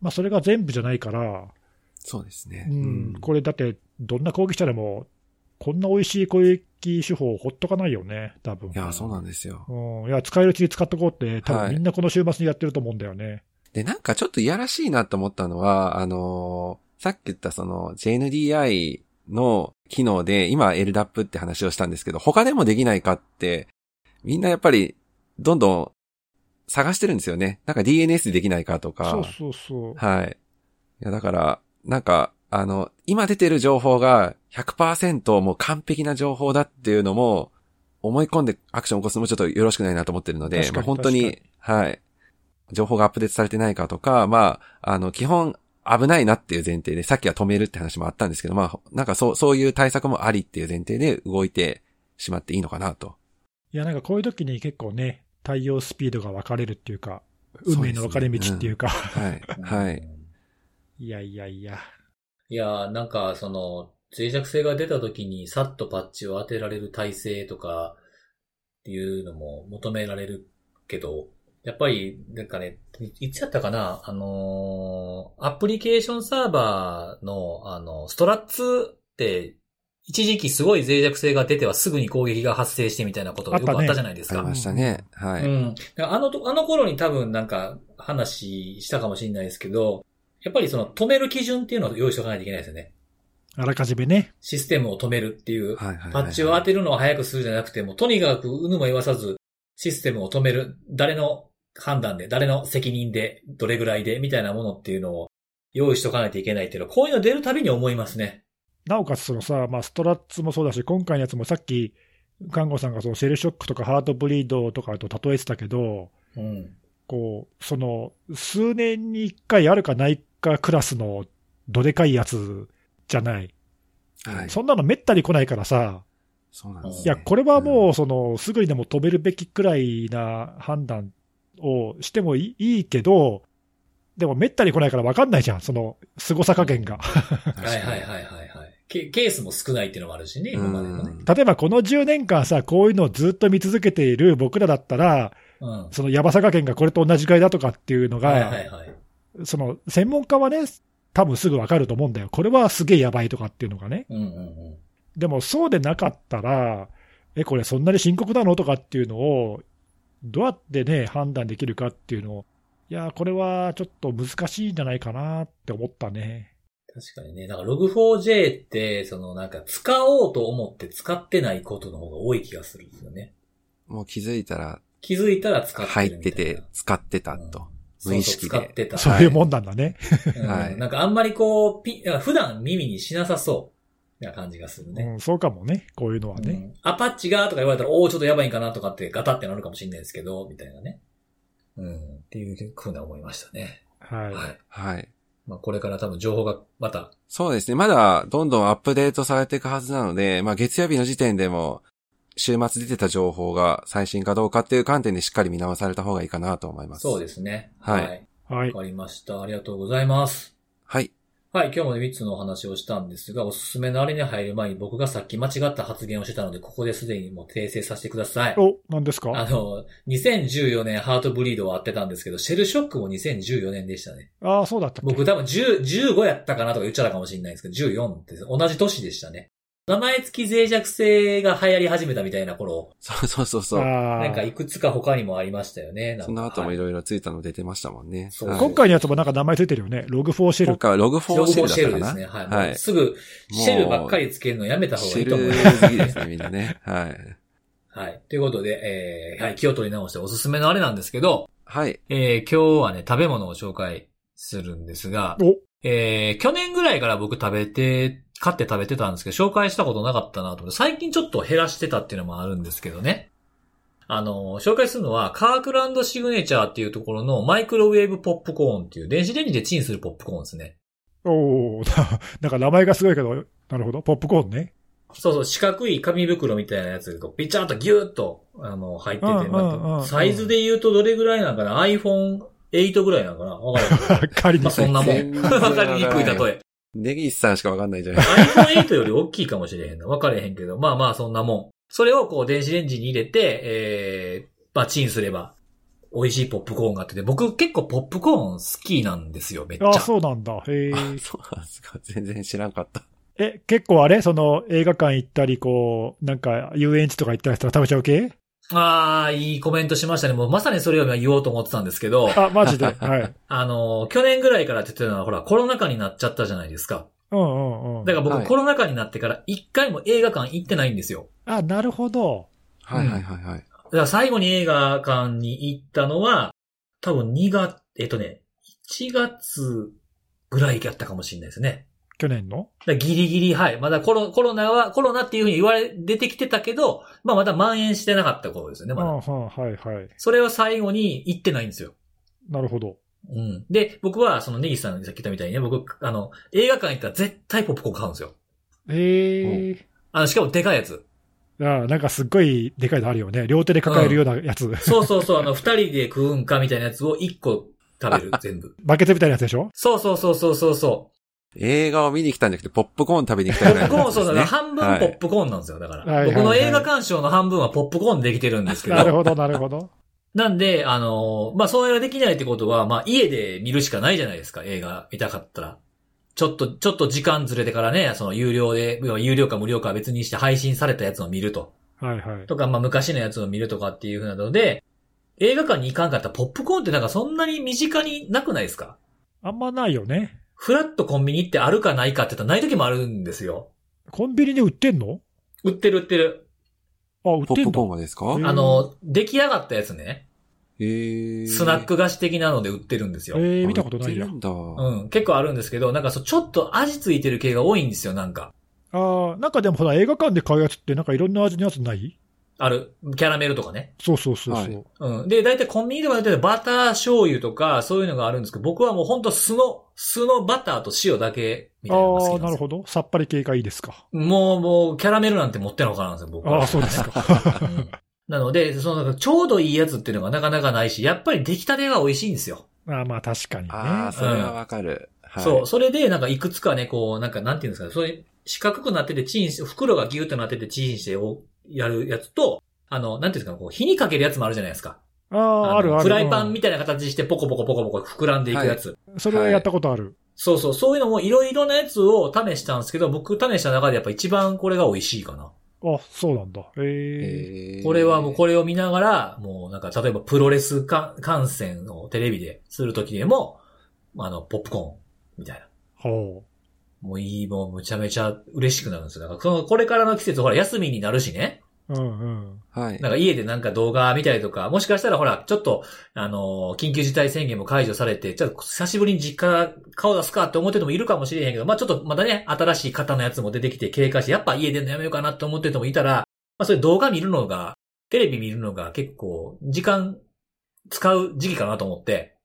A: まあそれが全部じゃないから、
C: そうですね。
A: うん、これだって、どんな攻撃者でも、こんな美味しい攻撃手法をほっとかないよね、多分
C: いや、そうなんですよ。
A: うん、いや、使えるうちに使っとこうって、多
C: は
A: 分
C: い
A: みんなこの週末にやってると思うんだよね。
C: で、なんかちょっといやらしいなと思ったのは、あのーさっき言ったその JNDI の機能で、今 LDAP って話をしたんですけど、他でもできないかって、みんなやっぱり、どんどん探してるんですよね。なんか DNS でできないかとか。
A: そうそうそう。
C: はい。いや、だから、なんか、あの、今出てる情報が100%もう完璧な情報だっていうのも、思い込んでアクションを起こすのもちょっとよろしくないなと思ってるので、
A: 確かに
C: まあ本当に、はい。情報がアップデートされてないかとか、まあ、あの、基本危ないなっていう前提で、さっきは止めるって話もあったんですけど、まあ、なんかそう、そういう対策もありっていう前提で動いてしまっていいのかなと。
A: いや、なんかこういう時に結構ね、対応スピードが分かれるっていうか、運
C: そう
A: 命
C: です
A: の
C: ね
A: 分かれ道っていうか。
C: はい。はい。。
A: いやいやいや。
B: いやー、なんか、その、脆弱性が出た時に、さっとパッチを当てられる体制とか、っていうのも求められるけど、やっぱり、なんかね、いいつやったかなあのーアプリケーションサーバーの、あの、ストラッツっって、一時期すごい脆弱性が出てはすぐに攻撃が発生してみたいなことがよく
A: あった
B: あ
A: ね
B: ったじゃないです
C: あ
B: か。
C: りましたね。はい。
B: うん。だからあのと、あの頃に多分なんか話したかもしれないですけど、やっぱりその止める基準っていうのを用意しておかないといけないですよね。
A: あらかじめね。
B: システムを止めるっていう。
C: はいはいはいはい
B: パッチを当てるのを早くするじゃなくても、とにかくうぬも言わさず、システムを止める。誰の判断で、誰の責任で、どれぐらいで、みたいなものっていうのを用意しておかないといけないっていうのは、こういうの出るたびに思いますね。
A: なおかつ、そのさ、まあ、ストラッツもそうだし、今回のやつもさっき、看護さんがそのシェルショックとかハートブリードとかと例えてたけど、
B: うん。
A: こう、その、数年に一回あるかないかクラスのどでかいやつじゃない。
C: はい。
A: そんなのめったに来ないからさ、
C: そうなんです、ね。
A: いや、これは
C: う
A: も
C: ん
A: う、その、すぐにでも止めるべきくらいな判断をしてもいいいいけど、でもめったに来ないから分かんないじゃん、その、凄さ加減が。
C: 確か
B: はい
C: に
B: はいはいはいはいケ。ケースも少ないっていうのもあるしね、今までのね。
C: うん
A: 例えばこの10年間さ、こういうのをずっと見続けている僕らだったら、
B: うん。
A: そのやばさ加減がこれと同じぐらいだとかっていうのが、
B: はいはいはい。
A: その専門家はね、多分すぐ分かると思うんだよ、これはすげえやばいとかっていうのがね、
B: うんうん
A: でもそうでなかったら、え、これそんなに深刻なのとかっていうのを、どうやってね、判断できるかっていうのを、いやー、これはちょっと難しいんじゃないかなって思ったね。
B: 確かにね。なんか Log4j って、そのなんか使おうと思って使ってないことの方が多い気がするんですよね。
C: もう気づいたら、
B: 気づいたら使って
C: 入
B: る
C: っ
B: みた
C: て
B: いな。
C: て、使ってたと。
B: そうそう
C: 無意識で
B: 使ってた。
A: そういうもんなんだね。
B: うん
C: はい
B: なんかあんまりこう、ピ、なんか普段耳にしなさそうな感じがするね。
A: うん、そうかもね、こういうのは
B: う
A: ね。
B: んアパッチがとか言われたら、おおちょっとやばいんかなとかってガタってなるかもしれないですけど、みたいなね。うん。っていうふうな思いましたね。
A: はい。
B: はい。
C: はい。
B: まあこれから多分情報がまた、
C: そうですね。まだ、どんどんアップデートされていくはずなので、まあ、月曜日の時点でも、週末出てた情報が最新かどうかっていう観点でしっかり見直された方がいいかなと思います。。
B: そうですすね。
C: はい
A: は
B: わ
A: い。
B: かりました。ありがとうございます。
C: はい。
B: はい、今日も3つのお話をしたんですが、おすすめのあれに入る前に僕がさっき間違った発言をしてたので、ここですでにもう訂正させてください。
A: お、何です
B: あ
A: か
B: の、2014年ハートブリードは合ってたんですけど、シェルショックも2014年でしたね。
A: ああ、そうだったっけ
B: 僕多分10 15やったかなとか言っちゃったかもしれないですけど、14って同じ年でしたね。名前付き脆弱性が流行り始めたみたいな頃、
C: そうそうそうそう。
A: あ
B: なんか
A: ー
B: いくつか他にもありましたよね。なんか
C: その後も
B: はいい
C: ろいろついたの出てましたもんね。
B: そう
C: はい
A: 今回のやつもなんか名前ついてるよね。ログフォーシェ
C: 今
A: ル。
C: 回はログフォーシェルだ
B: シェル
C: った
B: で
C: か
B: すね。
C: な。
B: はい。
C: は
B: も。
C: いう
B: すぐ、シェルばっかりつけるのやめた方がい
C: シ
B: い
C: ェ
B: と思い
C: ル
B: ます。
C: 好きですね、みんなね。はい。
B: はい。ということで、えー、はい、気を取り直しておすすめのあれなんですけど、
C: はい。
B: えー、今日はね、食べ物を紹介するんですが、
A: お、
B: えー、去年ぐらいから僕食べて、買って食べてたんですけど、紹介したことなかったなと思って、最近ちょっと減らしてたっていうのもあるんですけどね。あの、紹介するのは、カークランドシグネチャーっていうところのマイクロウェーブポップコーンっていう、電子レンジでチンするポップコーンですね。
A: おー なんか名前がすごいけど、なるほど。ポップコーンね。
B: そうそう、四角い紙袋みたいなやつが、ビチャーっとギューっと、あの、入ってて、
A: うんうんうん
B: まあサイズで言うとどれぐらいなのかな ?iPhone8 ぐらいなのかなわかる。
A: 仮に
B: まあ、。そんなもん。
C: 全然
B: わかりにくい例
C: わからない
B: え。
C: ネギスさんしかわかんないじゃない
B: iPhone8 より大きいかもしれへんの。わかれへんけど、まあまあ、そんなもん。それをこう、電子レンジに入れて、えー、まあ、チンすれば、美味しいポップコーンがあってて、僕結構ポップコーン好きなんですよ、めっちゃ。
A: あ、そうなんだ。へえ。
C: あ そうなんですか。全然知らんかった。
A: え、結構あれその映画館行ったり、こう、なんか遊園地とか行ったりしたら食べちゃう系
B: ああ、いいコメントしましたね。もうまさにそれを今言おうと思ってたんですけど。
A: あ、マジで。はい。
B: あの、去年ぐらいからって言ってたのは、ほら、コロナ禍になっちゃったじゃないですか。
A: うんうんうん。
B: だから僕、
C: はい
B: コロナ禍になってから一回も映画館行ってないんですよ。
A: あ、なるほど。
C: はいはいはいはい。
B: だから最後に映画館に行ったのは、多分2月、えっとね、1月ぐらいだったかもしれないですね。
A: 去年の
B: だからギリギリ、はい。まだコロコロナは、コロナっていうふうに言われ、出てきてたけど、まあまだ蔓延してなかった頃ですよね、
A: うん
B: まだ。
A: うん、はいはい。
B: それは最後に行ってないんですよ。
A: なるほど。
B: うん。で、僕は、そのネギさんにさっき言ったみたいにね、僕、あの、映画館行ったら絶対ポップコーン買うんですよ。
A: へえ。
B: あの、しかもでかいやつ。
A: あ、なんかすっごいでかいのあるよね。両手で抱えるようなやつ。
B: そうそうそう、あの、二人で食うんかみたいなやつを一個食べ る、全部。
A: バケツみたいなやつでしょ
B: そうそうそうそうそうそ
C: 映画を見に来たんじゃなくて、ポップコーン食べに来
B: う。ポ
C: たぐ
B: ッ
C: らい
B: プコ
C: のや
B: ーン、
C: つ
B: そ
C: で
B: う
C: す
B: そう、
C: ね。
B: 半
C: は
B: 分
C: い
B: ポップコーンなんですよ、だから。
A: はいはいはい
B: 僕の映画鑑賞の半分はポップコーンでできてるんですけ
A: なる
B: ど。
A: ほど、なるほど。
B: なんで、あのーまあ、それができないってことは、まあ、家で見るしかないじゃないですか、映画見たかったら。ちょっと、ちょっと時間ずれてからね、その有料で、要は有料か無料かは別にして配信されたやつを見ると。
A: はいはい。
B: とか、まあ昔のやつを見るとかっていうふうなので、映画館に行かんかったらポップコーンってなんかそんなに身近になくないですか
A: あんまないよね。
B: フラッとコンビニってあるかないかって言ったらない時もあるんですよ。
A: コンビニで売ってんの
B: 売ってる売ってる。
A: あ、売っ
C: ポ
A: て
C: ッ
A: ん
C: プコーン
A: の
C: がですか
A: うん
B: あの、出来上がったやつね。
C: えー。
B: スナック菓子的なので売ってるんですよ。
A: えー、見たことないや
C: あ売っ。てるんだ。
B: うん、結構あるんですけど、なんかそう、ちょっと味ついてる系が多いんですよ、なんか。
A: あーなんかでもほら、映画館で買うやつって、なんかいろんな味のやつない
B: ある、キャラメルとかね。
A: そうそうそうそう。
C: はい
B: うん。で、大体コンビニとかでバター醤油とか、そういうのがあるんですけど、僕はもうほんと酢の、酢のバターと塩だけ、み
A: あ
B: たいなのが好
A: あ
B: き
A: ー、
B: な
A: なんる
B: ですよ。
A: ほど。さっぱり系がいいです か。
B: もう、もう、キャラメルなんて持ってのほかなんですよ、僕は。
A: ああ、そうですか。
B: うんなので、その、ちょうどいいやつっていうのがなかなかないし、やっぱり出来たてが美味しいんですよ。
A: まあまあ、確かにね。
C: ああ、それはわかる。はい。
B: そう。それで、なんかいくつかね、こう、なんかなんていうんですかね、そういう四角くなっててチンし、袋がギューッとなっててチンしておやるやつと、あの、なんていうんですかね、こう、火にかけるやつもあるじゃないですか。
A: ああ、あるある。
B: フライパ
A: う
B: ン
A: ん
B: みたいな形にしてポコポコポコポコ膨らんでいくやつ。
A: それはやったことある。
B: そうそう、そういうのもいろいろなやつを試したんですけど、僕試した中でやっぱ一番これが美味しいかな。
A: あ、そうなんだ。ええ
C: えー
B: これはもうこれを見ながら、もうなんか例えばプロレスか観戦をテレビでするときでも、あの、ポップコーンみたいな。
A: ほ
B: もういい、もうむちゃめちゃ嬉しくなるんですよ。なんかそのこれからの季節、ほら休みになるしね。
A: う。うんうん。
C: はい。
B: なんか家でなんか動画見たりとか、もしかしたらほら、ちょっと、あのー緊急事態宣言も解除されて、ちょっと久しぶりに実家顔出すかって思ってる人もいるかもしれへんけど、まあちょっとまたね、新しい方のやつも出てきて経過して、やっぱ家出るのやめようかなって思ってる人もいたら、まあそういう動画見るのが、テレビ見るのが結構、時間使う時期かなと思って、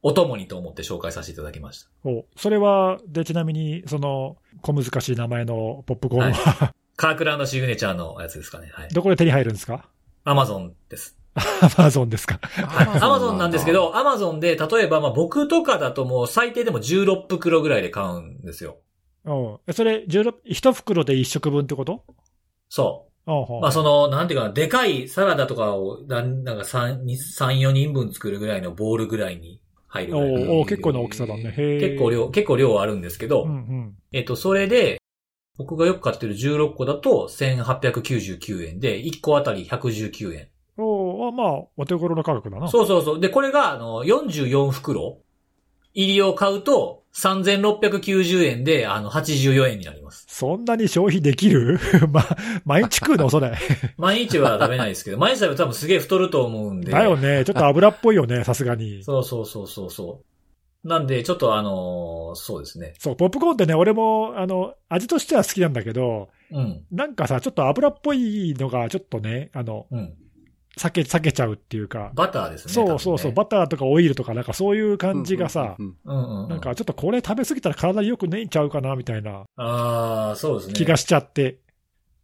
B: お供にと思って紹介させていただきました。
A: おそれは、で、ちなみに、その、小難しい名前のポップコーンは、
B: カークランドシグネチャーのやつですかね。はい。
A: どこで手に入るんですか
B: アマゾンです。
A: アマゾンですか。
C: ア
B: アマゾンなんですけ。ど、アマゾンで、例えば、まあ僕とかだともう最低でも16袋ぐらいで買うんですよ。
A: うん。えそれ、16、一袋で一食分ってこと
B: そ
A: ああ、ほ
B: う。
A: う
B: まあその、なんていうかな、でかいサラダとかを、なんなんか3、3 4人分作るぐらいのボールぐらいに入るぐらいの
A: おお結構な大きさだね。へえ。
B: 結構。量、結構量はあるんですけど、
A: うんうん。
B: えっと、それで、僕がよく買ってる16個だと1899円で、1個あたり119円。
A: おおあまあ、お手頃な価格だな。
B: そうそうそう。で、これが、あの、44袋入りを買うと、3690円で、あの、84円にな ります。
A: そんなに消費できる ま、毎日食うのそ れ。
B: 毎日は食べないですけど、毎日食べたら多分すげえ太ると思うんで。
A: だよね。ちょっと油っぽいよね、さ すがに。
B: そうそうそうそうそう。なんで、ちょっとあのーそうですね。
A: そう、ポップコーンってね、俺も、あの、味としては好きなんだけど、
B: うん。
A: なんかさ、ちょっと油っぽいのが、ちょっとね、あの、
B: うん。
A: 避け、避けちゃうっていうか、
B: バターですね。
A: そうそうそう、
B: 多
A: バターとかオイルとか、なんかそういう
C: うん
A: 感じがさ
C: う、んうん
B: 分ねうんうん、うん。
A: なんかちょっとこれ食べ過ぎたら体に良くねえんちゃうかな、みたいな
B: ああ、そうですね。
A: 気がしちゃって。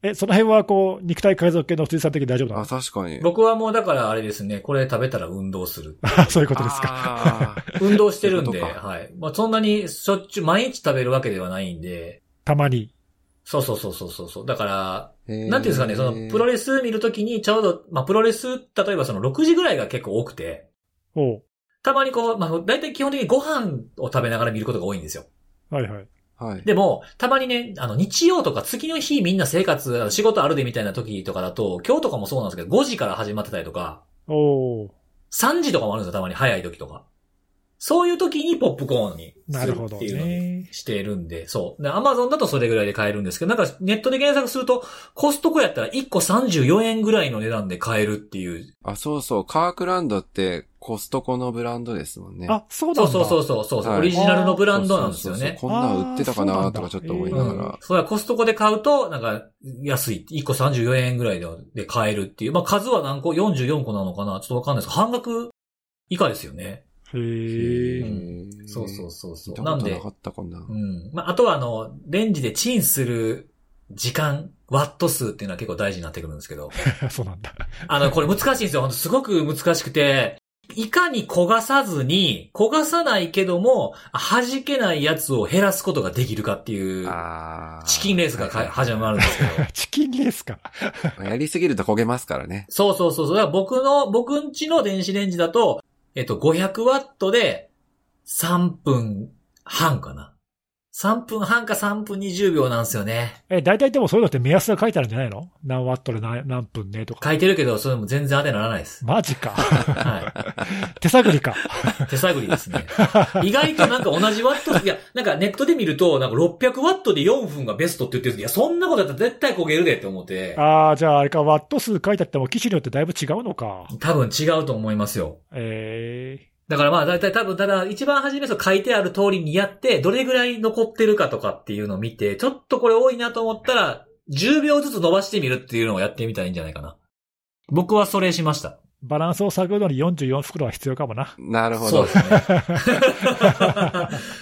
A: え、その辺はこう、肉体改造系の藤井さん的に大丈夫
C: う
A: なん
C: あ、
A: の
C: 確かに。
B: 僕はもうだからあれですね、これ食べたら運動する。
A: あ そういうことですか。
C: か。
B: 運動してるん
C: そうい
B: で、
C: うことか
B: はい。まあ、そんなにしょっちゅう、毎日食べるわけではないんで、
A: たまに。
B: そうそうそうそうそうそう。だから、 な
C: なん
B: ていうんですかね、その、プロレス見るときにちょうど、まあ、プロレス、例えばその6時ぐらいが結構多くて、
A: おう
B: たまにこう、まあ、大体基本的にご飯を食べながら見ることが多いんですよ。
A: はいはい。
C: はい。
B: でも、たまにね、あの、日曜とか月の日みんな生活、あの仕事あるでみたいな時とかだと、今日とかもそうなんですけど、5時から始まってたりとか、
A: おう
B: 3時とかもあるんですよ、たまに早い時とか。そういう時にポップコーンに
A: な
B: す
A: る
B: る
A: ほ
B: っ
A: ど
B: ていうのに
A: ね。
B: してるんで、そう。で、アマゾンだとそれぐらいで買えるんですけど、なんかネットで検索すると、コストコやったら1個34円ぐらいの値段で買えるっていう
C: あ、そうそう。カークランドってコストコのブランドですもんね。
A: あ、そうなん
B: そう
A: だ。
B: そうそうそうそう、
C: はい
B: オリジナルのブランドなんですよ
C: そうそう
B: ね
C: そ。うこんなん売ってたかなとかちょっと思いなが
A: あーそうなん
C: ら
A: だ。
B: そうだ、コストコで買うと、なんか、安い。1個34円ぐらいでで買えるっていう。まあ、数は何個 ?44 個なのかなちょっとわかんないですけど、半額以下ですよね。
A: へえ。
C: へー
B: そうそうそうそう。
C: 見た
B: な
C: こ
B: ん
C: と
B: で
C: なか、ったこんなん
B: うん。まあ、あとはあの、レンジでチンする時間、ワット数っていうのは結構大事になってくるんです けど。
A: そうなんだ。
B: あの、これ難しいんですよ。ほんとすごく難しくて、いかに焦がさずに、焦がさないけども、弾けないやつを減らすことができるかっていう、
C: あー
B: チキンレースがか
C: は
B: 始まるんですけど。
A: チキンレースか。
C: いはいやりすぎると焦げますからね。
B: そうそうそうそう。だから僕の、僕んちの電子レンジだと、えっと、500ワットで3分半かな。 3分半か3分20秒なんですよね。
A: え、大体でもそういうのって目安が書いてあるんじゃないの何ワットで何何分ねとか。
B: 書いてるけど、それも全然当てにならな いです。
A: マジか。
B: は
A: 手探りか。
B: い。手探りですね。意外となんか同じワット、いや、なんかネットで見ると、なんか600ワットで4分がベストって言ってるんですいや、そんなことだったら絶対焦げるでって思って、
A: ああ、じゃああれか、ワット数書いてあっても機種によってだいぶ違うのか。
B: 多分違うと思いますよ。
A: ええ
B: だからまあ、だいたい多分、ただ、一番初めそう書いてある通りにやって、どれぐらい残ってるかとかっていうのを見て、ちょっとこれ多いなと思ったら、10秒ずつ伸ばしてみるっていうのをやってみたらいいんじゃないかな。僕はそれしました。
A: バランスを探るのに44袋は必要かもな。
C: なるほ
B: そうで。
C: ど
B: すね。 い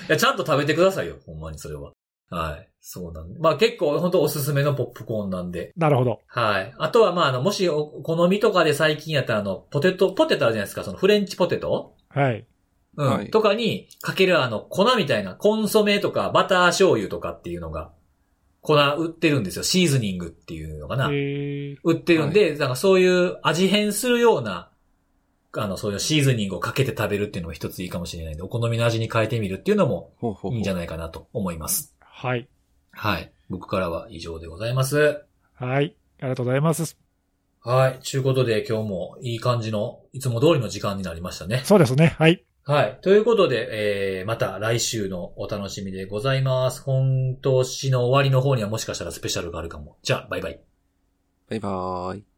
B: や、ちゃんと食べてくださいよ。ほんまにそれは。はい。そうなんで。まあ結構本当おすすめのポップコーンなんで。
A: なるほど。
B: はい。あとはまああの、もしお好みとかで最近やったらあの、ポテト、ポテトあるじゃないですか。そのフレンチポテト
A: はい。
B: うん。
C: はい
B: とかに、かけるあの、粉みたいな、コンソメとか、バター醤油とかっていうのが、粉売ってるんですよ。シーズニングっていうのかな。
A: ええ
B: 売ってるんで、なんかそういう味変するような、あの、そういうシーズニングをかけて食べるっていうのも一ついいかもしれないんで、お好みの味に変えてみるっていうのも
C: ほうほう
B: いい
C: ほ
B: ん
C: う
B: じゃないかなと思います。
A: はい。
B: はい。僕からは以上でございます。
A: はい。ありがとうございます。
B: はい。ちゅうことで今日もいい感じの、いつも通りの時間になりましたね。
A: そうですね。はい。
B: はい。ということで、えー、また来週のお楽しみでございます。今年の終わりの方にはもしかしたらスペシャルがあるかも。じゃあ、バイバイ。
C: バイバーイ。